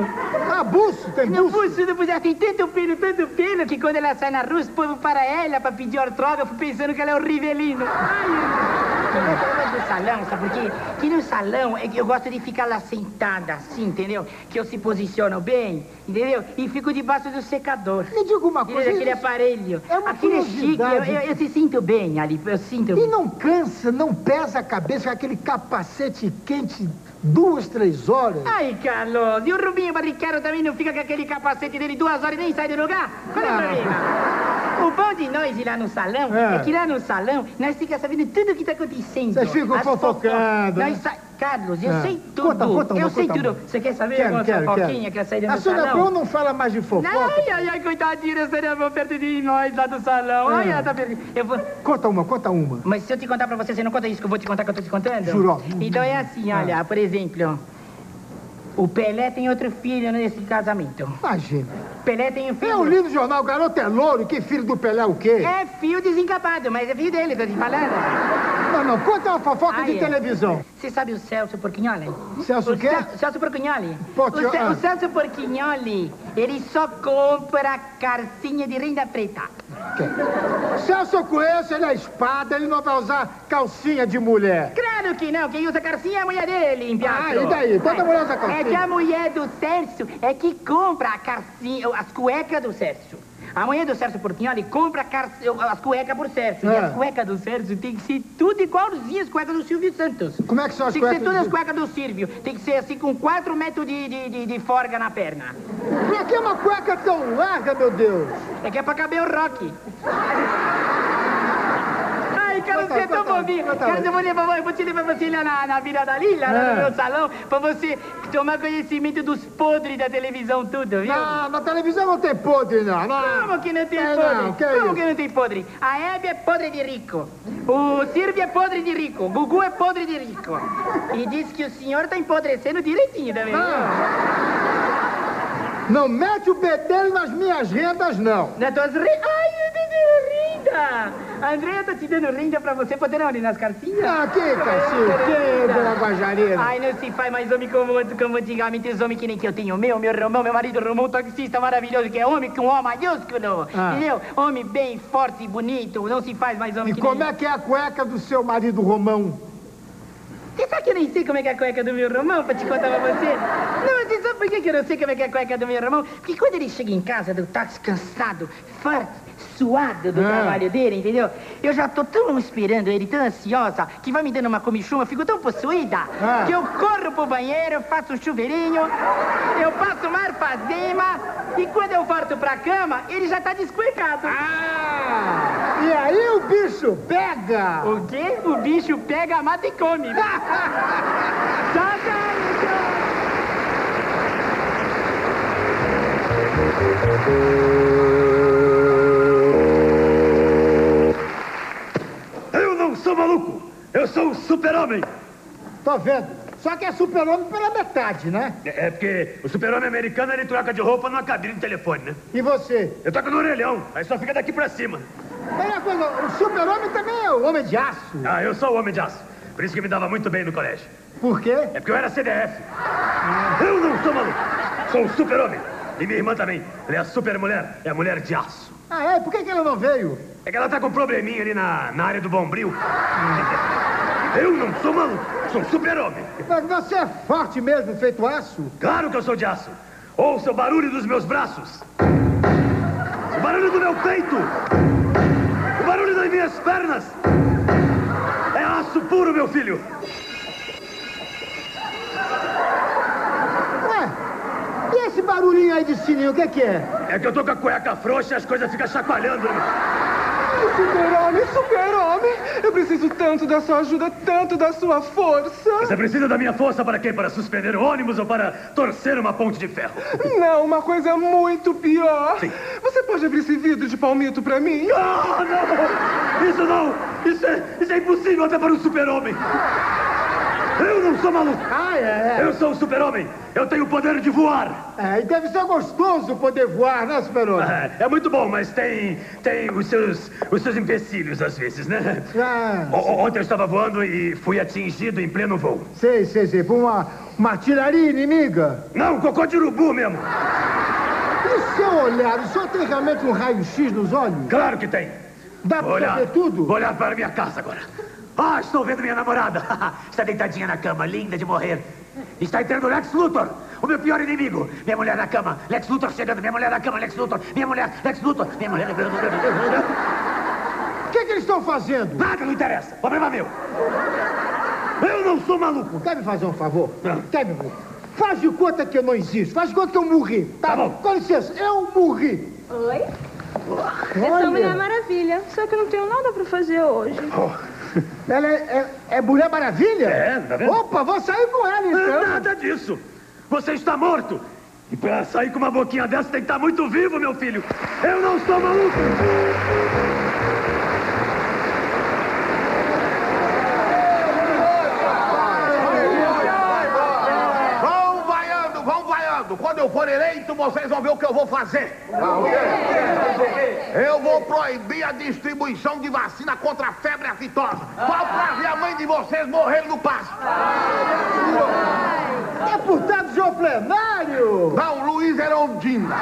Ah, buço? Tem
no pulso? No pulso, ela tem tanto pelo, tanto pelo, que quando ela sai na rua, o povo para ela pra pedir ortógrafo, pensando que ela é o Rivelino. Ai, eu eu gosto do salão, sabe por quê? Que no salão é que eu gosto de ficar lá sentada assim, entendeu? Que eu se posiciono bem, entendeu? E fico debaixo do secador.
Me diga uma
Entendeu?
coisa,
Aquele
isso-
aparelho.
é uma
Aquilo é chique, eu,
curiosidade.
eu, eu se sinto bem ali, eu sinto
E não cansa, não pesa a cabeça com aquele capacete quente duas, três horas?
Ai, Carlos, e o Rubinho Barrichello também não fica com aquele capacete dele duas horas e nem sai do lugar? Qual é o problema? O bom de nós ir lá no salão é,
Ah. É.
que lá no salão nós ficamos sabendo tudo o que está acontecendo.
Vocês ficam
As fofo-
fofocando,
Nós
né?
sa- Carlos, eu
É.
sei tudo.
Conta, conta uma,
eu sei
conta
tudo.
uma.
Você quer saber
Quero,
alguma
quero,
fofoquinha
quero.
que eu saí do
A
meu
senhora
salão?
Brown não fala mais de fofoca?
Ai, ai, ai, coitadinha, seria meu perto de nós lá do salão. Ai,
É.
essa per- eu vou...
Conta uma, conta uma.
Mas se eu te contar pra você, você não conta isso que eu vou te contar que eu tô te contando?
Jurou.
Então é assim,
Ah.
olha, por exemplo, o Pelé tem outro filho nesse casamento.
Imagina.
Pelé tem um filho.
Eu li no jornal, o garoto é louro, que filho do Pelé o quê?
É fio desencapado, mas é fio dele, tô te falando.
Não, não, conta uma fofoca
Ah,
de
é.
televisão.
Você sabe o Celso Porquignoli?
Celso
o
quê?
Cel- Celso Porquignoli.
Porquio-
O, Ce-
ah.
o Celso Porquignoli, ele só compra carcinha de renda preta.
Celso eu conheço, ele é espada, ele não vai usar calcinha de mulher.
Claro que não, quem usa calcinha é a mulher dele, impiato.
Ah, e daí? Toda mulher usa
É
calcinha.
que a mulher do Sérgio é que compra a calcinha, as cuecas do Sérgio. A mulher do Sérgio Portinholi compra a car- as cuecas por Sérgio. E
É.
as cuecas do Sérgio tem que ser tudo igualzinho as cuecas do Silvio Santos.
Como é que são as
Tem que ser
cuecas do
todas as
Silvio?
cuecas do Silvio. Tem que ser assim com 4 metros de, de, de- de forga na perna.
Pra que é uma cueca tão larga, meu Deus?
É que é pra caber o rock. Ai, cara,
Conta,
você é tão
conta,
bobinho.
conta
Cara,
aí.
eu vou, levar, eu vou te levar você lá na, na Vila da Lila, lá
É.
no meu salão, pra você tomar conhecimento dos podres da televisão, tudo, viu?
Não, na televisão não tem podre, não. não.
Como que não tem
É,
podre?
não, que
Como
isso?
que não tem podre? A Hebe é podre de rico. O Silvio é podre de rico. O Gugu é podre de rico. E diz que o senhor tá empodrecendo direitinho tá também. viu?
Não mete o bedelho nas minhas rendas, não.
Nas é tuas rendas? Ai, eu tô dando rinda! André, eu tô tá te dando rinda pra você poder olhar nas cartinhas.
Ah, que cacete, que dona Guajarina.
Ai, não se faz mais homem como, como antigamente os homens que nem que eu tenho. Meu, meu Romão, meu marido Romão, taxista maravilhoso, que é homem com O maiúsculo.
Ah.
Entendeu? Homem bem forte e bonito, não se faz mais homem
E
que
como
nem...
é que é a cueca do seu marido Romão?
Você sabe que eu nem sei como é que é a cueca do meu Romão, pra te contar pra você? Não, você sabe por que que eu não sei como é que é a cueca do meu Romão? Porque quando ele chega em casa do táxi cansado, forte, suado do
Ah.
trabalho dele, entendeu? Eu já tô tão esperando ele, tão ansiosa, que vai me dando uma comichuma, eu fico tão possuída,
Ah.
que eu corro pro banheiro, faço um chuveirinho, eu passo uma arfazema, e quando eu volto pra cama, ele já tá descuecado.
E
Ah.
aí o bicho pega!
O quê? O bicho pega, mata e
(laughs)
come.
Eu não sou maluco! Eu sou um super-homem! Tô vendo. Só que é super-homem pela metade, né?
É porque o super-homem americano ele troca de roupa numa cabine de telefone, né?
E você?
Eu toco no orelhão, aí só fica daqui pra cima.
Mas uma coisa, o super-homem também é o homem de aço.
Ah, eu sou o homem de aço. Por isso que me dava muito bem no colégio.
Por quê?
É porque eu era CDF. Eu não sou maluco. Sou um super-homem. E minha irmã também. Ela é a super-mulher. É a mulher de aço.
Ah, é? Por que, que ela não veio?
É que ela tá com um probleminha ali na, na área do bombril. Eu não sou maluco. Sou um super-homem.
Mas você é forte mesmo, feito aço.
Claro que eu sou de aço. Ouça o barulho dos meus braços. O barulho do meu peito. O barulho das minhas pernas. É aço puro, meu filho.
Ué, e esse barulhinho aí de sininho, o que é que é?
É que eu tô com a cueca frouxa e as coisas ficam chacoalhando. né?
Super-homem, super-homem! Eu preciso tanto da sua ajuda, tanto da sua força!
Você precisa da minha força para quê? Para suspender o ônibus ou para torcer uma ponte de ferro?
Não, uma coisa muito pior! Você pode abrir esse vidro de palmito pra mim?
Ah, não! Isso não! Isso é, isso é impossível até para um super-homem! Eu não sou maluco!
Ah, é, é.
Eu sou um super-homem! Eu tenho o poder de voar!
É, e deve ser gostoso poder voar, né, super-homem?
Ah, É muito bom, mas tem. tem os seus. os seus empecilhos às vezes, né?
Ah,
O- o- Ontem eu estava voando e fui atingido em pleno voo.
sei, sei, sei. Por uma, uma artilharia inimiga.
Não, cocô de urubu mesmo.
E o seu olhar? O senhor tem realmente um raio-x nos olhos?
Claro que tem.
Dá
Vou
pra
olhar,
ver tudo?
Vou olhar para minha casa agora. Ah, estou vendo minha namorada. (laughs) Está deitadinha na cama, linda de morrer. Está entrando Lex Luthor, o meu pior inimigo. Minha mulher na cama, Lex Luthor chegando, minha mulher na cama, Lex Luthor, minha mulher, Lex Luthor, minha mulher.
O que, que eles estão fazendo?
Nada, não interessa. Problema meu. Eu não sou maluco.
Quer me fazer um favor? Quer me Faz de conta que eu não existo. Faz de conta que eu morri. Tá, bom. Com licença, eu morri.
Oi? Eu
Olha.
sou
é
Mulher é Maravilha, só que eu não tenho nada pra fazer hoje.
Ela é, é- é Mulher Maravilha?
É, tá vendo?
Opa, vou sair com ela então.
Nada disso. Você está morto. E para sair com uma boquinha dessa tem que estar muito vivo, meu filho. Eu não sou maluco.
Vão vaiando, vão vaiando. Quando eu for eleito, vocês vão ver o que eu vou fazer. Eu vou proibir a distribuição de vacina contra a febre aftosa. Qual prazer a mãe de vocês morrer no passo?
É Deputado João Plenário!
Não, Luiz Herondina.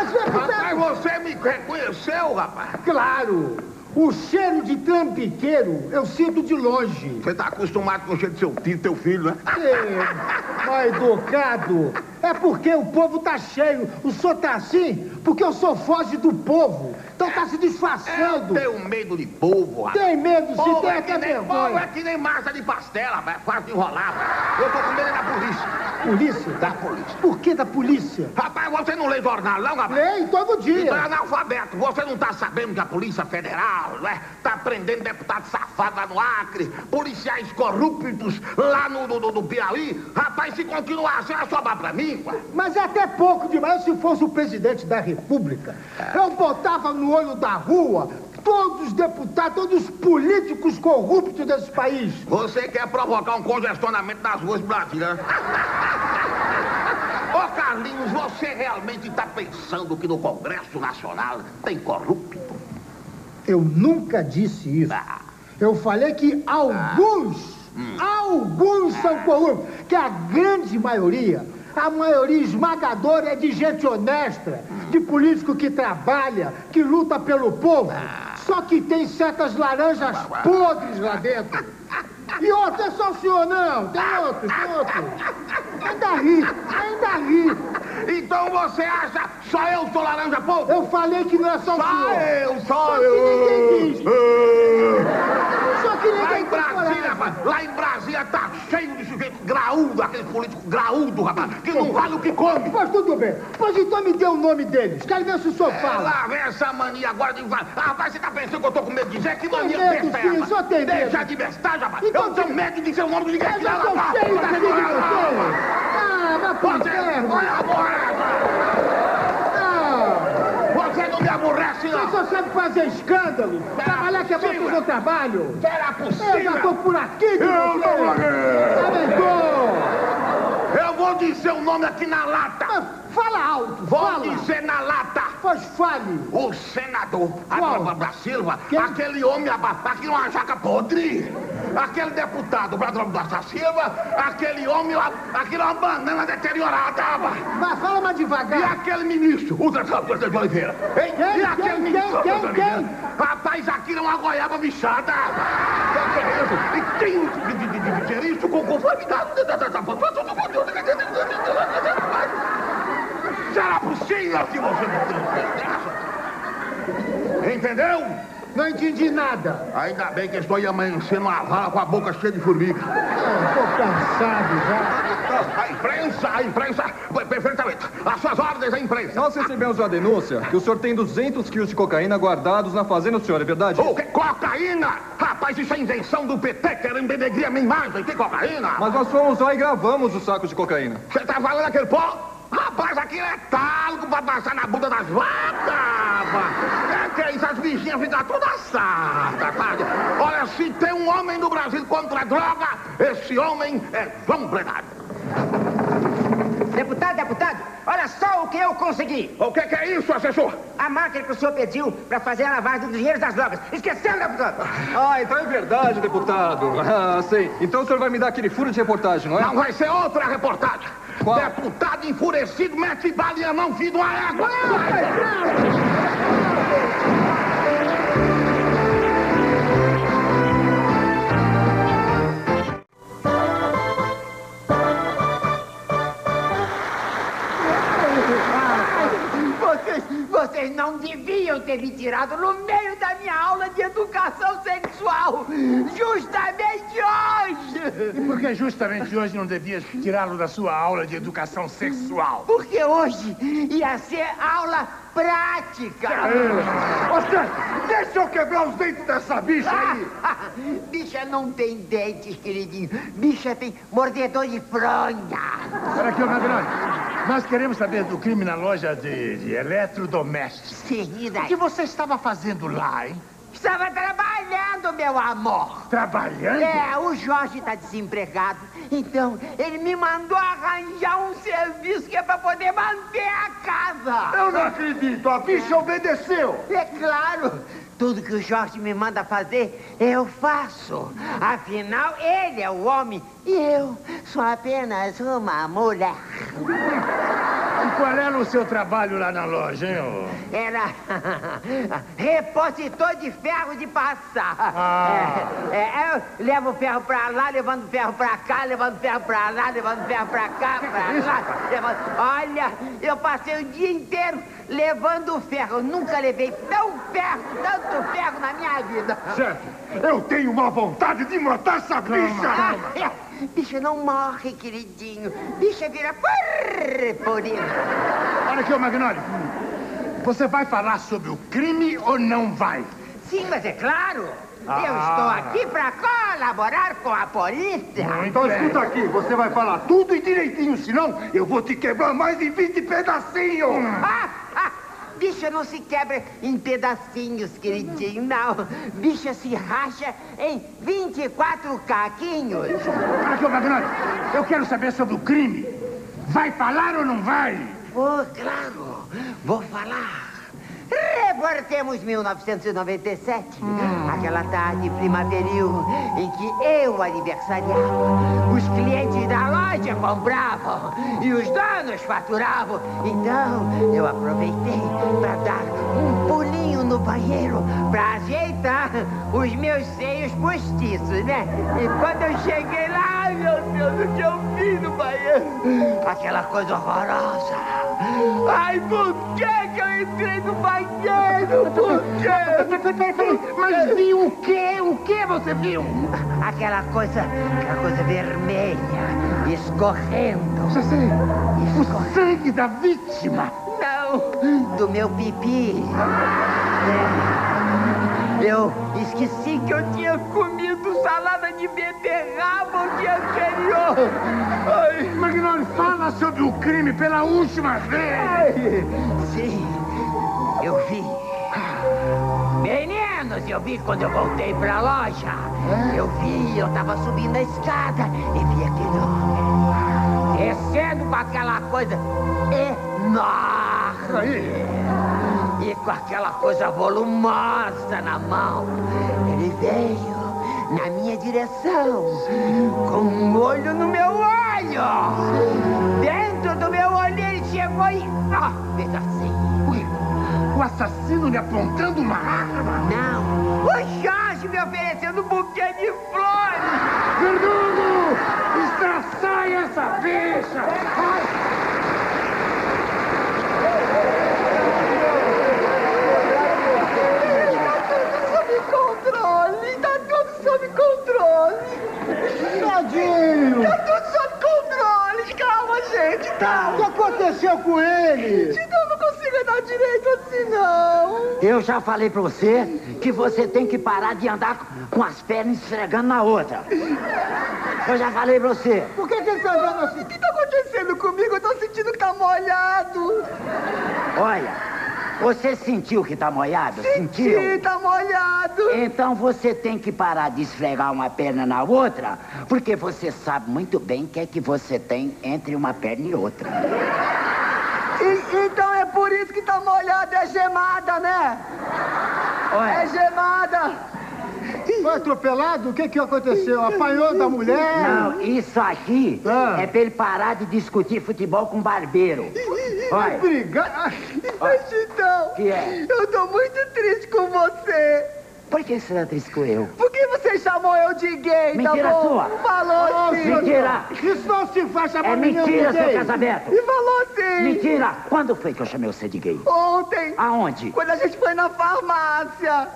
Mas você me reconheceu, rapaz?
Claro! O cheiro de trambiqueiro eu sinto de longe.
Você tá
um
acostumado com o jeito do seu tio, teu filho, né?
É, mal educado! É porque o povo tá cheio. O senhor tá assim porque eu sou foge do povo. Então tá se disfarçando.
É, Eu tenho medo de povo, rapaz.
Tem medo, se
Povo
tem
é
até
que nem-
vergonha.
Povo é que nem massa de pastela, rapaz. Quase enrolar, rapaz. Eu tô com medo é da polícia.
Polícia?
Da polícia.
Por que da polícia?
Rapaz, você não lê jornal, não, rapaz?
Leio todo dia.
Então é analfabeto. Você não tá sabendo que a Polícia Federal, né? Tá prendendo deputado safado lá no Acre, policiais corruptos lá no, no, no, no Piauí. Rapaz, se continuar assim, é sobrar pra mim, ué.
Mas é até pouco demais se fosse o presidente da República.
É.
Eu botava no olho da rua todos os deputados, todos os políticos corruptos desse país.
Você quer provocar um congestionamento nas ruas de Brasília? né? (laughs) Ô Carlinhos, você realmente está pensando que no Congresso Nacional tem corrupto?
Eu nunca disse isso. Eu falei que alguns,
Ah. Hum.
alguns são corruptos, que a grande maioria, a maioria esmagadora é de gente honesta,
Hum.
de político que trabalha, que luta pelo povo.
Ah.
Só que tem certas laranjas podres lá dentro. E outro, é só o senhor, não. Tem
Ah.
outro, tem outro. Ainda ri, ainda ri.
Então você acha só eu sou laranja podre?
Eu falei que não é só o
Só
senhor.
eu, só
que
eu.
ninguém diz. Só que
Lá
ninguém
em
tem
Brasília,
coragem.
rapaz, lá em Brasília tá cheio de sujeito graúdo, aquele político graúdo, rapaz, que não vale o que come.
Mas tudo bem. Pois então me dê o nome deles. Quero ver se o senhor
É,
fala.
lá vem essa mania agora de invadir. Ah, rapaz, você tá pensando que eu tô com medo de dizer? Que
Tem
mania
medo,
besta é
filho,
essa?
só tem medo.
Deixa de bestagem, rapaz.
Então
eu tenho medo de dizer o nome de ninguém
Mas
que
eu
lá,
tô
rapaz.
cheio da vida de vocês. Ah, vai pro
Você-
inferno. Ah.
Olha, Você não me aborrece, não.
Você só sabe fazer escândalo. Trabalhar que é bom fazer o trabalho.
Será
Eu já tô por aqui Tá de
Eu
vocês.
não larguei.
Aumentou.
Eu vou dizer o nome aqui na lata.
fala alto.
Vou
fala.
dizer na lata.
Pois fale.
O senador Abraham da Silva, aquele homem abafado, aquele uma jaca podre. Aquele deputado Brandão da Silva, aquele homem, aquele uma banana deteriorada.
Mas fala mais devagar.
E aquele ministro, o Dr. de Oliveira. hein?
Quem?
E aquele
Quem?
ministro,
Quem?
Dr.
Quem?
Oliveira. Rapaz, aquilo é uma goiaba bichada. É isso. E tem um de- de- de- de- de- de- de- isso com conformidade. Será possível que você não Entendeu?
Não entendi nada.
Ainda bem que estou aí amanhecendo uma vala com a boca cheia de formiga.
É, Tô cansado já.
A imprensa, a imprensa, perfeitamente. Às suas ordens, a imprensa.
Nós recebemos a denúncia que o senhor tem 200 quilos de cocaína guardados na fazenda do senhor, é verdade?
O que? Cocaína? Rapaz, isso é invenção do PT querendo denegrir a minha imagem. Que cocaína?
Mas nós fomos lá e gravamos o saco de cocaína.
Você tá falando aquele pó? Rapaz, aquilo é talco pra passar na bunda das vacas. pá. É que isso, as bichinhas ficam todas sardas, sabe? Olha, se tem um homem no Brasil contra a droga, esse homem é João Brenado.
Deputado, deputado, olha só o que eu consegui.
O que, é isso, assessor?
A máquina que o senhor pediu para fazer a lavagem do dinheiro das drogas. Esqueceu, deputado?
Ah, então é verdade, deputado. Ah, sei. Então o senhor vai me dar aquele furo de reportagem, não é?
Não vai ser outra reportagem. Deputado enfurecido mete bala e a mão fio de uma égua.
Vocês, vocês não deviam ter me tirado no meio da minha aula de educação sexual. Justamente hoje.
E por que justamente hoje não devia tirá-lo da sua aula de educação sexual?
Porque hoje ia ser aula prática.
Você, É. deixa eu quebrar os dentes dessa bicha aí.
Ah, Bicha não tem dentes, queridinho. Bicha tem mordedor de fronha.
Olha aqui, Magrani. Nós queremos saber do crime na loja de, de eletrodomésticos.
Sim,
O que você estava fazendo lá, hein?
Estava trabalhando, meu amor.
Trabalhando?
É, o Jorge está desempregado. Então, ele me mandou arranjar um serviço que é para poder manter a casa.
Eu não acredito, a bicha obedeceu.
É claro. Tudo que o Jorge me manda fazer, eu faço. Afinal, ele é o homem e eu sou apenas uma mulher.
E qual era o seu trabalho lá na loja, hein? ô?
Era (laughs) repositor de ferro de passar. É, é, eu levo o ferro pra lá, levando o ferro pra cá, levando o ferro pra lá, levando o ferro pra cá, pra lá. Levando... Olha, eu passei o dia inteiro levando o ferro. Eu nunca levei tão ferro, tanto ferro na minha vida.
Certo. Eu tenho uma vontade de matar essa
Ah,
bicha.
é. Bicho não morre, queridinho. Bicha vira purpurina.
Olha aqui, ô Magnólio. Você vai falar sobre o crime ou não vai?
Sim, mas é claro. Eu
Ah.
estou aqui pra colaborar com a polícia.
Então escuta aqui, você vai falar tudo e direitinho, senão eu vou te quebrar mais em 20 pedacinhos.
Ah, ah, bicha não se quebra em pedacinhos, queridinho, não. Bicha se racha em 24 caquinhos.
Olha aqui, ô Magnólio. Ah, Eu quero saber sobre o crime. Vai falar ou não vai?
Oh, claro, vou falar. Reportemos 1997, aquela tarde primaveril em que eu aniversariava. Os clientes da loja compravam e os donos faturavam. Então, eu aproveitei para dar um pulinho no banheiro para ajeitar os meus seios postiços, né? E quando eu cheguei lá, ai, meu Deus, o que eu fiz no banheiro? Aquela coisa horrorosa. Ai, por que que eu entrei no banheiro? Por quê? Mas viu o quê? O que você viu? Aquela coisa, aquela coisa vermelha, escorrendo. O sangue da vítima. Não, do meu pipi. É. Eu esqueci que eu tinha comido salada de beterraba o dia anterior. Ai.
Magnólio, fala sobre o crime pela última vez.
Sim, eu vi. Meninos, eu vi quando eu voltei pra loja. Eu vi, eu tava subindo a escada e vi aquele homem descendo com aquela coisa enorme. E com aquela coisa volumosa tá na mão, ele veio na minha direção, com um olho no meu olho. Dentro do meu olho ele chegou e. Ah, um fez assim.
O assassino me apontando uma arma?
Não. O Jorge me oferecendo um buquê de flores.
Fernando! Estraçai essa bicha! Ai.
Sob controle, tá tudo sob controle. Tadinho. Tá tudo sob controle. Calma, gente,
Tá.
calma. O que aconteceu com ele? Então não consigo andar direito assim, não.
Eu já falei pra você que você tem que parar de andar com as pernas esfregando na outra. Eu já falei pra você.
Por que, que ele tá andando assim? O que tá acontecendo comigo? Eu tô sentindo que tá molhado.
Olha, você sentiu que tá molhado?
Ih,
Sentiu?
tá molhado.
Então você tem que parar de esfregar uma perna na outra, porque você sabe muito bem o que é que você tem entre uma perna e outra.
E- então é por isso que tá molhada, é gemada, né? É gemada.
Foi atropelado? O que que aconteceu? Apanhou da mulher?
Não, isso aqui
Ah.
é pra ele parar de discutir futebol com barbeiro. Olha.
Obrigado. Mas então,
Que é?
Ah, eu tô muito triste com você.
Por que será triste com eu?
Por que você chamou eu de gay,
Mentira
tá bom?
sua. Ah,
Falou sim.
Mentira.
Isso não se faz
É mentira, seu casamento.
E falou sim.
Mentira! Quando foi que eu chamei você de gay?
Ontem,
Aonde?
quando a gente foi na farmácia.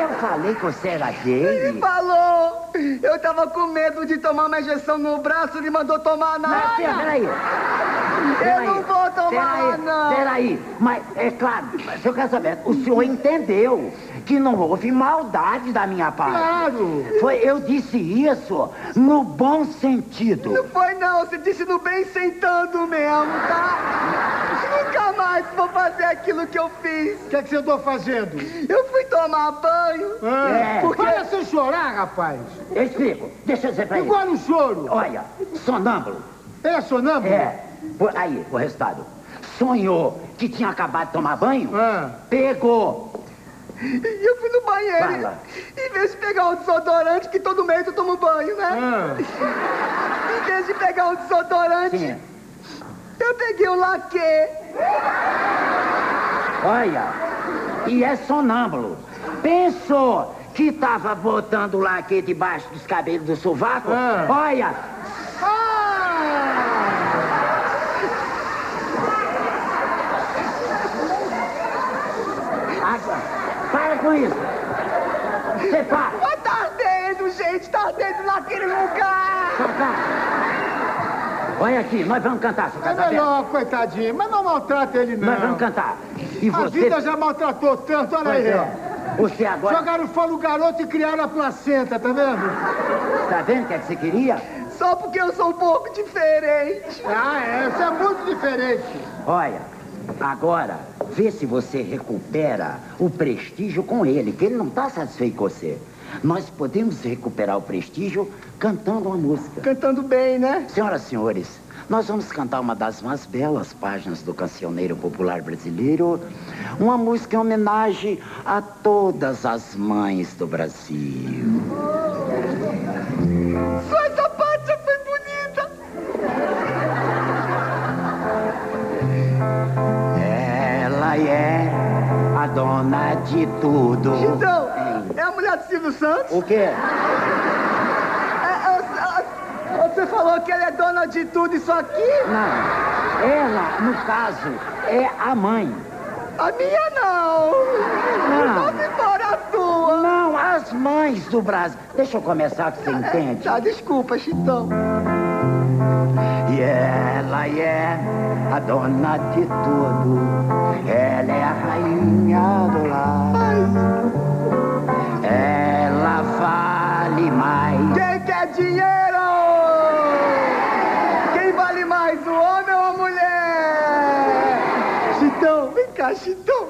Eu falei que você era gay?
Ele falou! Eu tava com medo de tomar uma injeção no braço, ele mandou tomar na.
Não, pera- peraí.
Eu não vou tomar,
peraí,
não!
Peraí, mas é claro, mas, seu casamento, o senhor entendeu que não houve maldade da minha parte.
Claro.
Foi, eu disse isso no bom sentido.
Não foi não, você disse no bem sentando mesmo, tá? Nunca mais vou fazer aquilo que eu fiz. O
que, que você andou fazendo?
Eu fui tomar banho.
É.
Porque...
Para sem chorar, Ah, rapaz.
Eu explico. Deixa eu dizer pra ele.
Igual um choro.
Olha, sonâmbulo.
É sonâmbulo?
É. Por- Aí, o resultado. Sonhou que tinha acabado de tomar banho,
Ah.
pegou.
E eu fui no banheiro. (laughs)
Fala.
Em vez de pegar o desodorante, que todo mês eu tomo banho, né?
Ah.
Em vez de pegar o desodorante, eu peguei o laque.
Olha, e é sonâmbulo. Pensou que tava botando lá aqui debaixo dos cabelos do sovaco?
Ah.
Olha, Ah. agora, para com isso. Você para.
Mas tá ardendo, gente, tá ardendo naquele lugar.
Olha aqui, nós vamos cantar, tá seu
É
casamento.
melhor, coitadinho, mas não maltrata ele, não.
Nós vamos cantar. E
A
você-
vida já maltratou tanto, olha
Pois
aí,
é.
ó.
Você agora-
Jogaram fora o garoto e criaram a placenta, tá vendo?
Tá vendo o que, é que você queria?
Só porque eu sou um pouco diferente.
Ah, é, você é muito diferente.
Olha, agora, vê se você recupera o prestígio com ele, que ele não está satisfeito com você. Nós podemos recuperar o prestígio cantando uma música.
Cantando bem, né?
Senhoras e senhores, nós vamos cantar uma das mais belas páginas do cancioneiro popular brasileiro. Uma música em homenagem a todas as mães do Brasil.
Só essa parte já foi bonita.
Ela é a dona de tudo.
Então, é a mulher do Silvio Santos? É,
O quê?
Você falou que ela é dona de tudo isso aqui?
Não. Ela, no caso, é a mãe.
A minha não.
Não.
Vamos embora a sua.
Não, as mães do Brasil. Deixa eu começar que você entende.
Tá, desculpa, Chitão.
E ela é a dona de tudo. Ela é a rainha do lar. Ela vale mais.
Quem quer dinheiro? Quem vale mais, o homem ou a mulher? Chitão, vem cá, Chitão.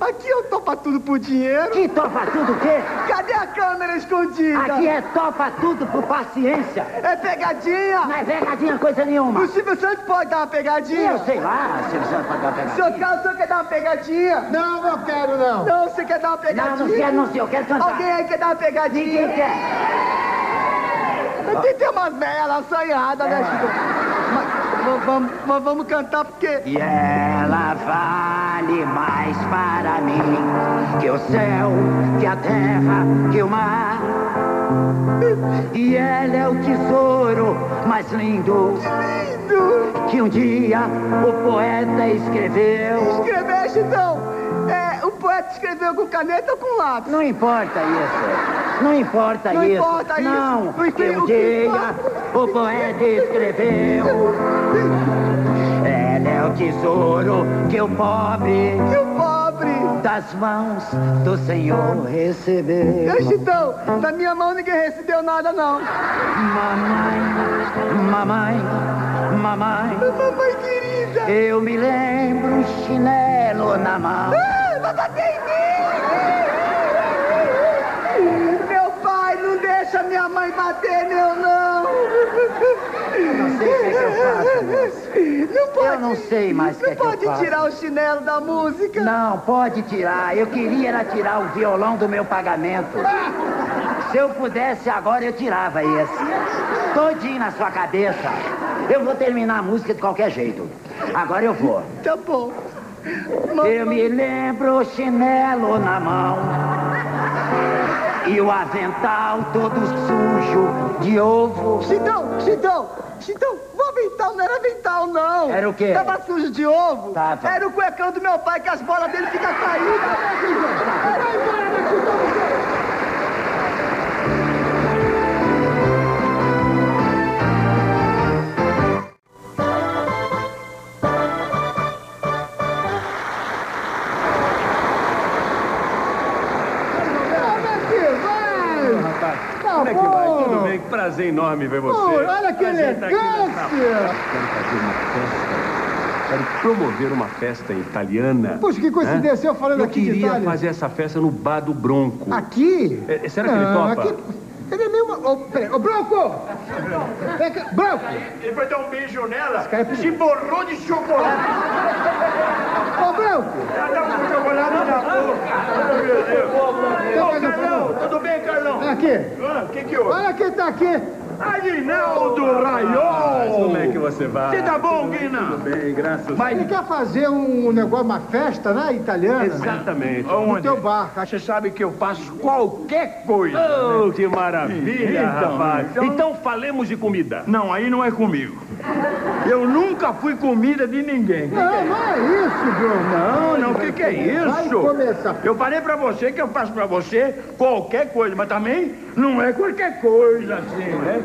Aqui eu topa tudo por dinheiro. Que topa tudo o quê? Cadê a câmera escondida?
Aqui é topa tudo por paciência.
É pegadinha?
Não é pegadinha coisa nenhuma.
O Silvio Santos pode dar uma pegadinha?
Eu sei lá, Silvio Santos pode dar uma pegadinha.
Seu Carlos, o senhor quer dar uma pegadinha? Não, não quero, não. Não, você quer dar uma pegadinha?
Não, não quero, não, senhor. Quero cantar.
Alguém aí quer dar uma pegadinha?
Ninguém quer.
Mas Tem que ter umas velas assanhadas, né, Chico? Mas, mas vamos, mas vamos cantar porque...
E ela vale mais para mim que o céu, que a terra, que o mar. E ela é o tesouro mais lindo que um dia o poeta escreveu.
Escreveste, então? É, o poeta escreveu com caneta ou com lápis?
Não importa isso. Não importa
Não
isso.
importa isso.
Não,
Não
que
importa.
um dia o poeta escreveu. Ela é o tesouro que o pobre.
Que o pobre.
Das mãos do Senhor recebeu.
Deixa então, da minha mão ninguém recebeu nada, não.
Mamãe, mamãe.
Mamãe querida.
Eu me lembro um chinelo na mão.
Ah, vai bater em mim! Ah, Meu pai não deixa minha mãe bater, meu não! Não
sei o que é que eu faço,
Não pode,
Eu não sei mais o que
não
é que eu
pode
faço.
tirar o chinelo da música!
Não, pode tirar. Eu queria era tirar o violão do meu pagamento. Se eu pudesse agora, eu tirava esse. Todinho na sua cabeça. Eu vou terminar a música de qualquer jeito. Agora eu vou.
Tá bom.
Eu me lembro o chinelo na mão e o avental todo sujo de ovo.
Chitão, Chitão, Chitão, o avental não era avental, não!
Era o quê?
Tava sujo de ovo!
Tava.
Era o cuecão do meu pai que as bolas dele ficam caindo! né, Chitão? Vai embora, né, Chitão?
Tá
Como é que vai? Tudo bem? Que prazer enorme ver você.
Pô, olha que
A gente
né?
tá aqui nessa
elegância!
Quero fazer uma festa. Quero promover uma festa italiana.
Poxa, que coincidência,
Hã?
eu falando aqui de
queria
Itália.
fazer essa festa no Bar do Bronco.
Aqui?
É, será que ele
Não,
topa?
aqui- Ele é meio... uma- Ô, peraí, ô, Bronco! Vem cá, Bronco!
Ele vai dar um beijo nela
cara é
e se borrou de chocolate.
Ô, Bronco!
Já dá um chocolate na boca. Meu Deus. Ô, Carlão, tudo bem, Carlão?
Olha aqui.
O que que houve?
Olha quem tá aqui!
Aguinaldo Raiol!
Mas como é que você vai?
Você tá bom,
Tudo
Guina?
Tudo bem, graças a
Ele quer fazer um negócio, uma festa, né, italiana? Então,
Exatamente.
No teu bar.
Você sabe que eu faço qualquer coisa. né?
Oh, que maravilha,
Então,
rapaz.
então-
então falemos de comida.
Não, aí não é comigo. Eu nunca fui comida de ninguém.
Não, não é isso, Bruno.
Não, não, o que, que é
Vai
isso?
começar.
Eu falei pra você que eu faço pra você qualquer coisa, mas também não é qualquer coisa assim, né?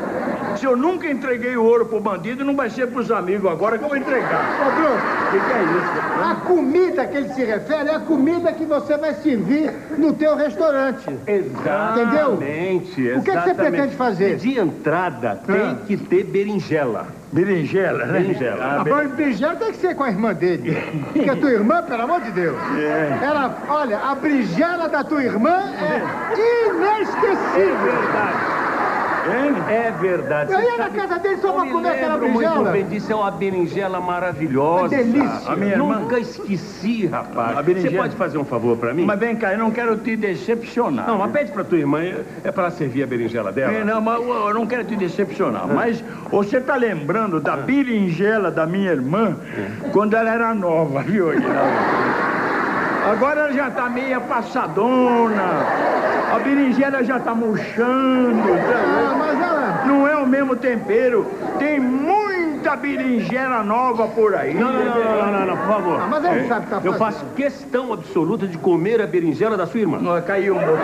Se eu nunca entreguei o ouro pro bandido, não vai ser pros amigos agora que eu vou entregar.
Ô, Bruno,
O que, que é isso?
a comida que ele se refere é a comida que você vai servir no teu restaurante. Entendeu?
Exatamente,
O que, que você
exatamente.
pretende fazer? Ah.
De entrada, tem que ter berinjela.
Berinjela,
né? Berinjela.
A Bárbara Brigela tem que ser com a irmã dele. Porque a tua irmã, pelo amor de Deus.
É.
Ela, olha, a brigela da tua irmã é inesquecível.
É verdade.
Eu
Você
ia na
sabe-
casa dele só
Eu
pra
me
comer
é
aquela
lembro muito
berinjela.
bem disso, é uma berinjela maravilhosa.
Uma delícia.
A minha irmã-
Nunca
Nunca esqueci, rapaz.
A berinjela-
Você pode fazer um favor pra mim?
Mas vem cá, eu não quero te decepcionar.
Não, mas pede pra tua irmã, é- é pra ela servir a berinjela dela?
É, não, mas eu eu não quero te decepcionar,
É.
mas você tá lembrando da berinjela da minha irmã
É.
quando ela era nova, viu, Aguinaldo? Agora ela já tá meia passadona, a berinjela já tá murchando.
Ah,
tá? Não é o mesmo tempero, tem muita berinjela nova por aí.
Não, não, não, não, não, não, por favor.
Ah, mas ele
É,
sabe o que tá
Eu
fazendo.
faço questão absoluta de comer a berinjela da sua irmã.
Ó, caiu um botão.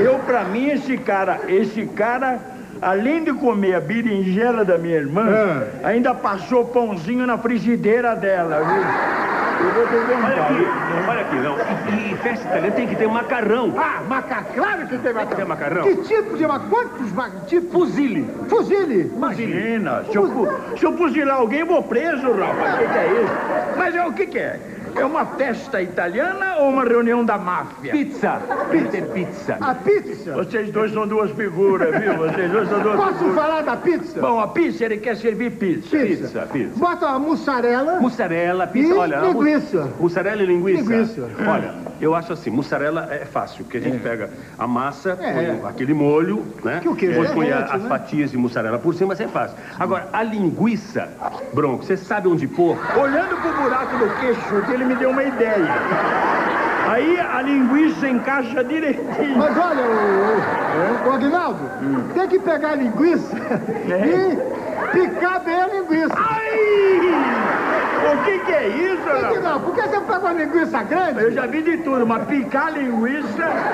Eu, pra mim, esse cara, esse cara, além de comer a berinjela da minha irmã,
Ah.
ainda passou pãozinho na frigideira dela, viu? Eu vou um te
Olha
contar,
aqui,
viu?
olha aqui, não. E, e festa italiana tem que ter macarrão.
Ah, macarrão. Claro que tem macarrão.
Tem macarrão?
Que tipo de macarrão? Quantos ma- tipos?
Fuzile.
Fuzile.
Imagina, se eu, fu- se eu fuzilar alguém, eu vou preso, rapaz. O que, que é isso? Mas é o que, que é? É uma festa italiana ou uma reunião da máfia?
Pizza.
Pizza. pizza.
A pizza?
Vocês dois são duas figuras, viu? Vocês dois são duas
Posso
figuras.
falar da pizza?
Bom, a pizza ele quer servir pizza.
Pizza. Bota a mussarela.
Mussarela, pizza,
E
olha. a mu-
linguiça.
Mussarela e linguiça.
Linguiça.
Olha, eu acho assim, mussarela é fácil, porque a gente pega a massa,
É.
põe aquele molho, né?
Que o queijo
Depois põe a-
derrete,
as
né?
fatias de mussarela por cima, assim é fácil. Agora, a linguiça, Bronco, você sabe onde pôr?
Olhando pro buraco do queixo, ele me deu uma ideia. Aí a linguiça encaixa direitinho. Hum.
Mas olha, o, o, o Aguinaldo, tem que pegar a É linguiça e
É.
picar bem a linguiça.
Ai! O que, que é isso,
Aguinaldo? por que você pega uma linguiça grande?
Eu já vi de tudo, mas picar linguiça.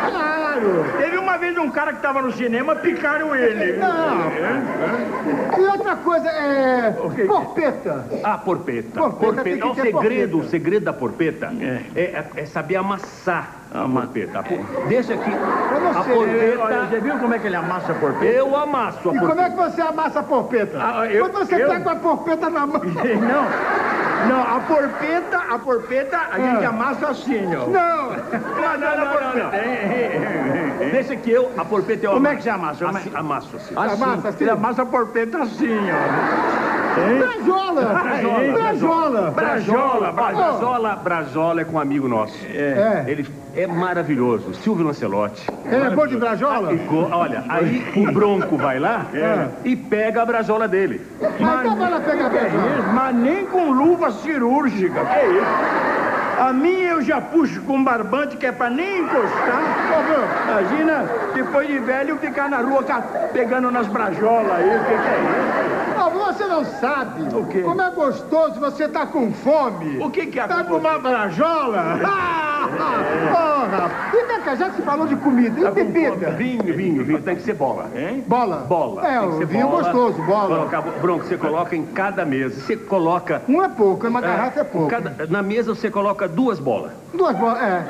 Claro!
Teve uma vez um cara que tava no cinema, picaram ele.
Não. E outra coisa, é. Porpeta.
A porpeta.
Porpeta tem que
Não, o
ter
segredo,
porpeta.
o segredo da porpeta é, é- é saber amassar a porpeta. A por-
É.
Deixa aqui. a porpeta.
Você viu como é que ele amassa a porpeta?
Eu amasso a
E como
porpeta.
é que você amassa a porpeta?
Ah, eu-
Quando você
eu-
pega a porpeta na mão.
(laughs) Não. Não, a porpeta, a porpeta, a gente amassa assim, ó.
é Não!
Mas não, não, não, não.
Deixa que eu, a porpeta eu
Como é
amasso.
que você amassa? Como é-
Assim, amasso assim.
Assim,
Amassa assim?
Ele amassa a porpeta assim, ó. Hein?
Brajola!
Brajola,
Brajola!
Brajola,
Ó,
Brajola, Brajola é com um amigo nosso.
É.
Ele é maravilhoso, Silvio Lancelotti.
Ele é bom de Brajola?
Ficou- olha, aí o Bronco vai lá
É.
e pega a Brajola dele.
Mas então vai lá pegar a Brajola.
Mas nem com luva cirúrgica, que é isso? A minha eu já puxo com barbante, que é pra nem encostar.
Ô, Bruno,
Imagina, depois de velho, ficar na rua ca- pegando nas brajolas aí, o que, que é isso?
Ah, você não sabe
quê?
como é gostoso você tá com fome.
O que que é
Tá
com
com uma brajola?
É.
(laughs) Porra! E vem cá, já que se falou de comida,
Tá
e bebida?
Vinho, vinho, vinho, tem que ser bola.
Hein?
Bola.
Bola.
É,
tem
o
que ser
vinho gostoso, bola.
Colocar- Bronco, você coloca em cada mesa. Você coloca.
Um é pouco, uma garrafa é
em
pouco.
cada- na mesa você coloca duas bolas.
Duas bolas, é.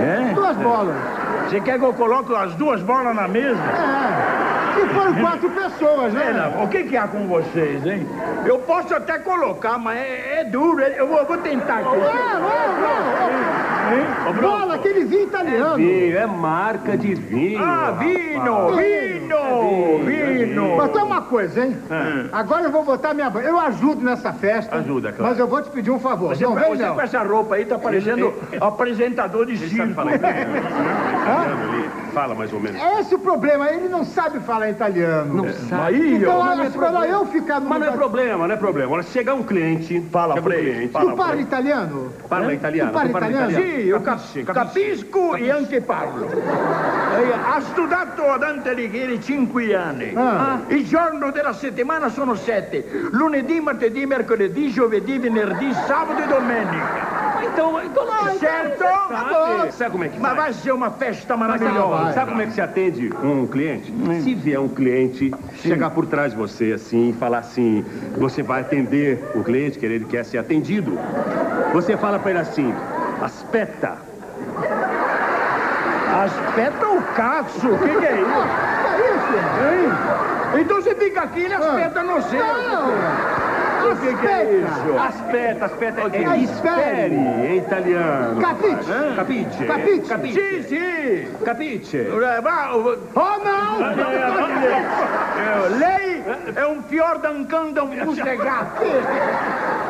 É?
Duas bolas.
Você quer que eu coloque as duas bolas na mesa?
É. E foram quatro pessoas, né?
Pera, o que que há com vocês, hein? Eu posso até colocar, mas é, é duro. é- Eu vou, vou tentar aqui.
Não, não, não. Bola, aquele vinho italiano.
Vinho, é marca de vinho.
Ah, vino,
rapaz. É
vino, vino.
Mas tem uma coisa, hein?
Ah.
Agora eu vou botar minha. Eu ajudo nessa festa.
Ajuda, claro.
Mas eu vou te pedir um favor.
Você,
não vem,
é você
não.
com essa roupa aí tá parecendo apresentador de
Sabe
circo.
falar italiano? Ele Fala mais ou menos.
É esse o problema, ele não sabe falar italiano. Não
sabe. Aí,
então,
ó,
olha,
mas é
se pra eu ficar no
Mas não é
lugar-
problema, não é problema. Olha, chegar um cliente.
Fala
chega um
pra ele,
cliente.
Tu
pra
parla
ele.
italiano?
Parla italiano.
Tu parla
tu
italiano?
Sì, io capisco, capisco, e anche parlo. Eh, Ha studiato ad Antelighieri cinque anni.
Ah.
I giorni della settimana sono sette. Lunedì, martedì, mercoledì, giovedì, venerdì, sabato e domenica.
Então, então não.
Certo?
Sabe, sabe como é que
Ma
faz?
vai ser uma festa
Sabe,
maravilhosa.
sabe como é que se atende um cliente?
Hum.
Se vier um cliente chegar por trás de você assim, e falar assim, você vai atender o cliente, que ele quer ser atendido. Você fala pra ele assim, aspetta.
Aspetta o caço, o que, que é isso?
Que isso?
Hein? Então você fica aqui e ele aspetta no seu.
Não!
O que, que é isso?
Aspetta, aspetta é o quê?
Ah,
Espere, em italiano.
Capite?
Hã? Capite?
Capite?
Sì, sì.
Capite?
Eh, va,
Oh, não! é
Eh, Lei è
um
un fior d'ancanda, un
(laughs)
busegato.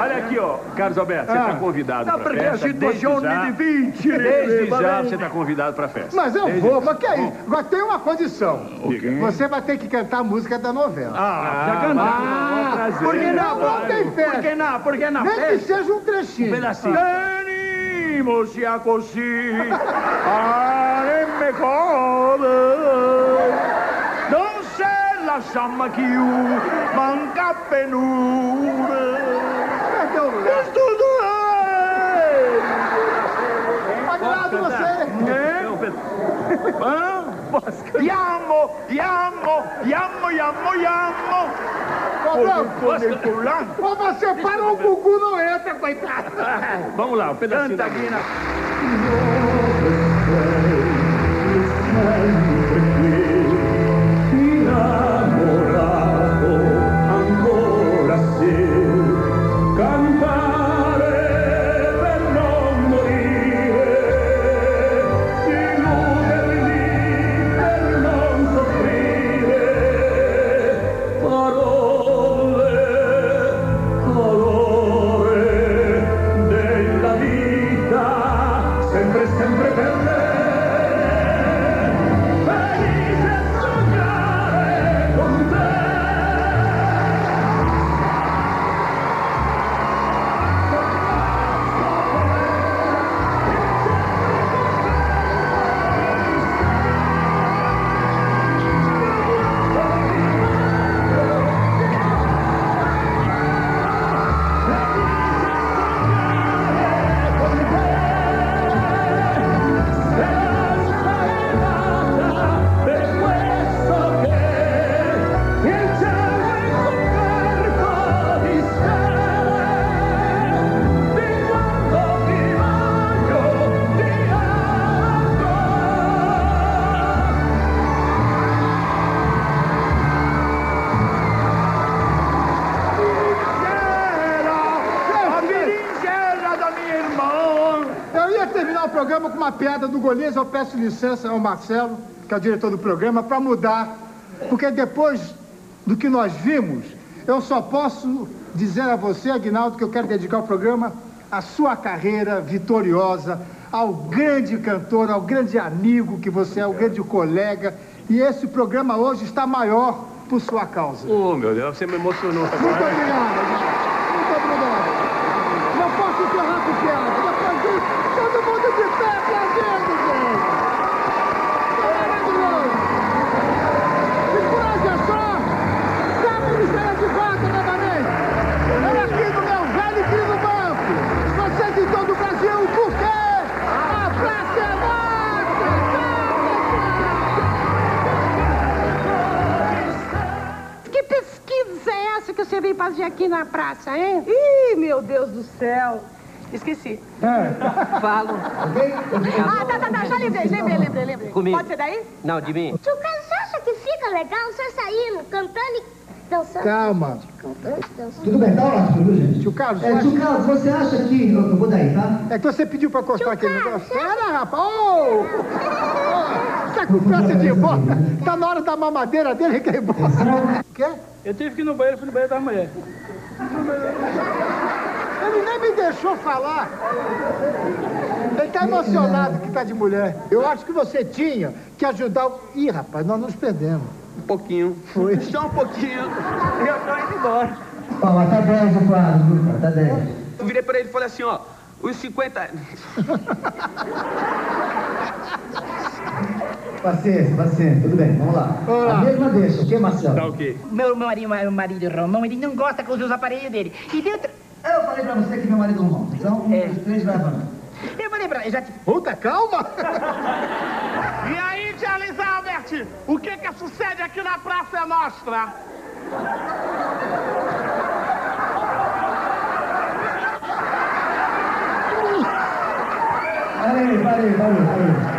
Olha aqui, ó. Carlos Alberto, você
Ah.
está convidado
Não,
pra
perché
festa.
um
la situazione
desde já,
è difficile.
Desde
Va
já
bene.
você está convidado pra festa.
né? Mas eu
Desde
vou,
já.
mas que é isso? Agora tem uma condição. Você vai ter que cantar a música da novela.
Ah, já
Ah,
cantato. Perché no?
não tem festa.
Perché no? Perché no?
Nem que seja um trechinho.
Venimo sia così, faremmo cose. Non se lasciamo chiù, manca penure.
Perdeu o lugar.
Questo due.
Aguardo você.
Eh? Eh? Iamo, iamo, iamo, iamo, iamo. Come il culano.
Ou você para ou o Gugu não entra, coitado.
Vamos lá, um pedacinho
Canta,
da
Guina.
Ancora sì, cantare per non
uma piada do Golias, eu peço licença ao Marcelo, que é o diretor do programa, para mudar. Porque depois do que nós vimos, eu só posso dizer a você, Aguinaldo, que eu quero dedicar o programa à sua carreira vitoriosa, ao grande cantor, ao grande amigo que você é, ao grande colega. E esse programa hoje está maior por sua causa.
Oh, meu Deus, você me emocionou.
Muito obrigado. Muito obrigado. Não posso encerrar com piada. Vou fazer todo mundo de pé aplaudindo, gente. Isso é maravilhoso. E por hoje é só. Sábado estará de volta novamente. Eu aqui no meu velho e querido banco. Vocês em todo o Brasil, por quê? A praça é nossa.
Que pesquisa é essa que você veio fazer aqui na praça, hein?
Ih, meu Deus do céu. Esqueci.
Falo.
Ah, tá, tá, tá, já lembrei, lembrei, lembrei, lembrei.
Comigo.
Pode ser daí?
Não, de mim.
Tio Carlos, você acha que fica legal você saindo, cantando e dançando?
Calma.
Cantando e dançando.
Tudo
tá
bem, dá um uma tudo, gente. Tio Carlos,
É, tio Carlos, você
acha que. Eu, vou daí, tá? É que você pediu pra cortar aquele negócio. Pera, rapaz! Ô! Ô, Essa conversa de bola! Tá na hora da mamadeira dele que é embora. O quê?
Eu tive que ir no banheiro, fui no banheiro da mulher.
Ele nem me deixou falar. Ele tá emocionado que tá de mulher. Eu acho que você tinha que ajudar o. Ih, rapaz, nós nos perdemos.
Um pouquinho.
Foi.
Só um pouquinho. Eu tô indo embora.
Ó, mas tá 10 o quadro, viu, cara? Tá 10.
Eu virei pra ele e falei assim, ó. Os 50...
(laughs) Paciência, paciência, tudo bem, vamos lá.
Vamos lá.
A mesma deixa, o que, Marcelo? Tá
ok.
Meu marido, meu marido Romão, ele não gosta que eu use os aparelhos dele. E dentro...
Eu falei pra você que meu marido Romão. Então, um, dos três vai pra mim.
Eu falei pra... Eu já te...
Puta, calma!
E aí, Charles Albert, o que que sucede aqui na Praça Nostra?
Parei, parei, parei, parei.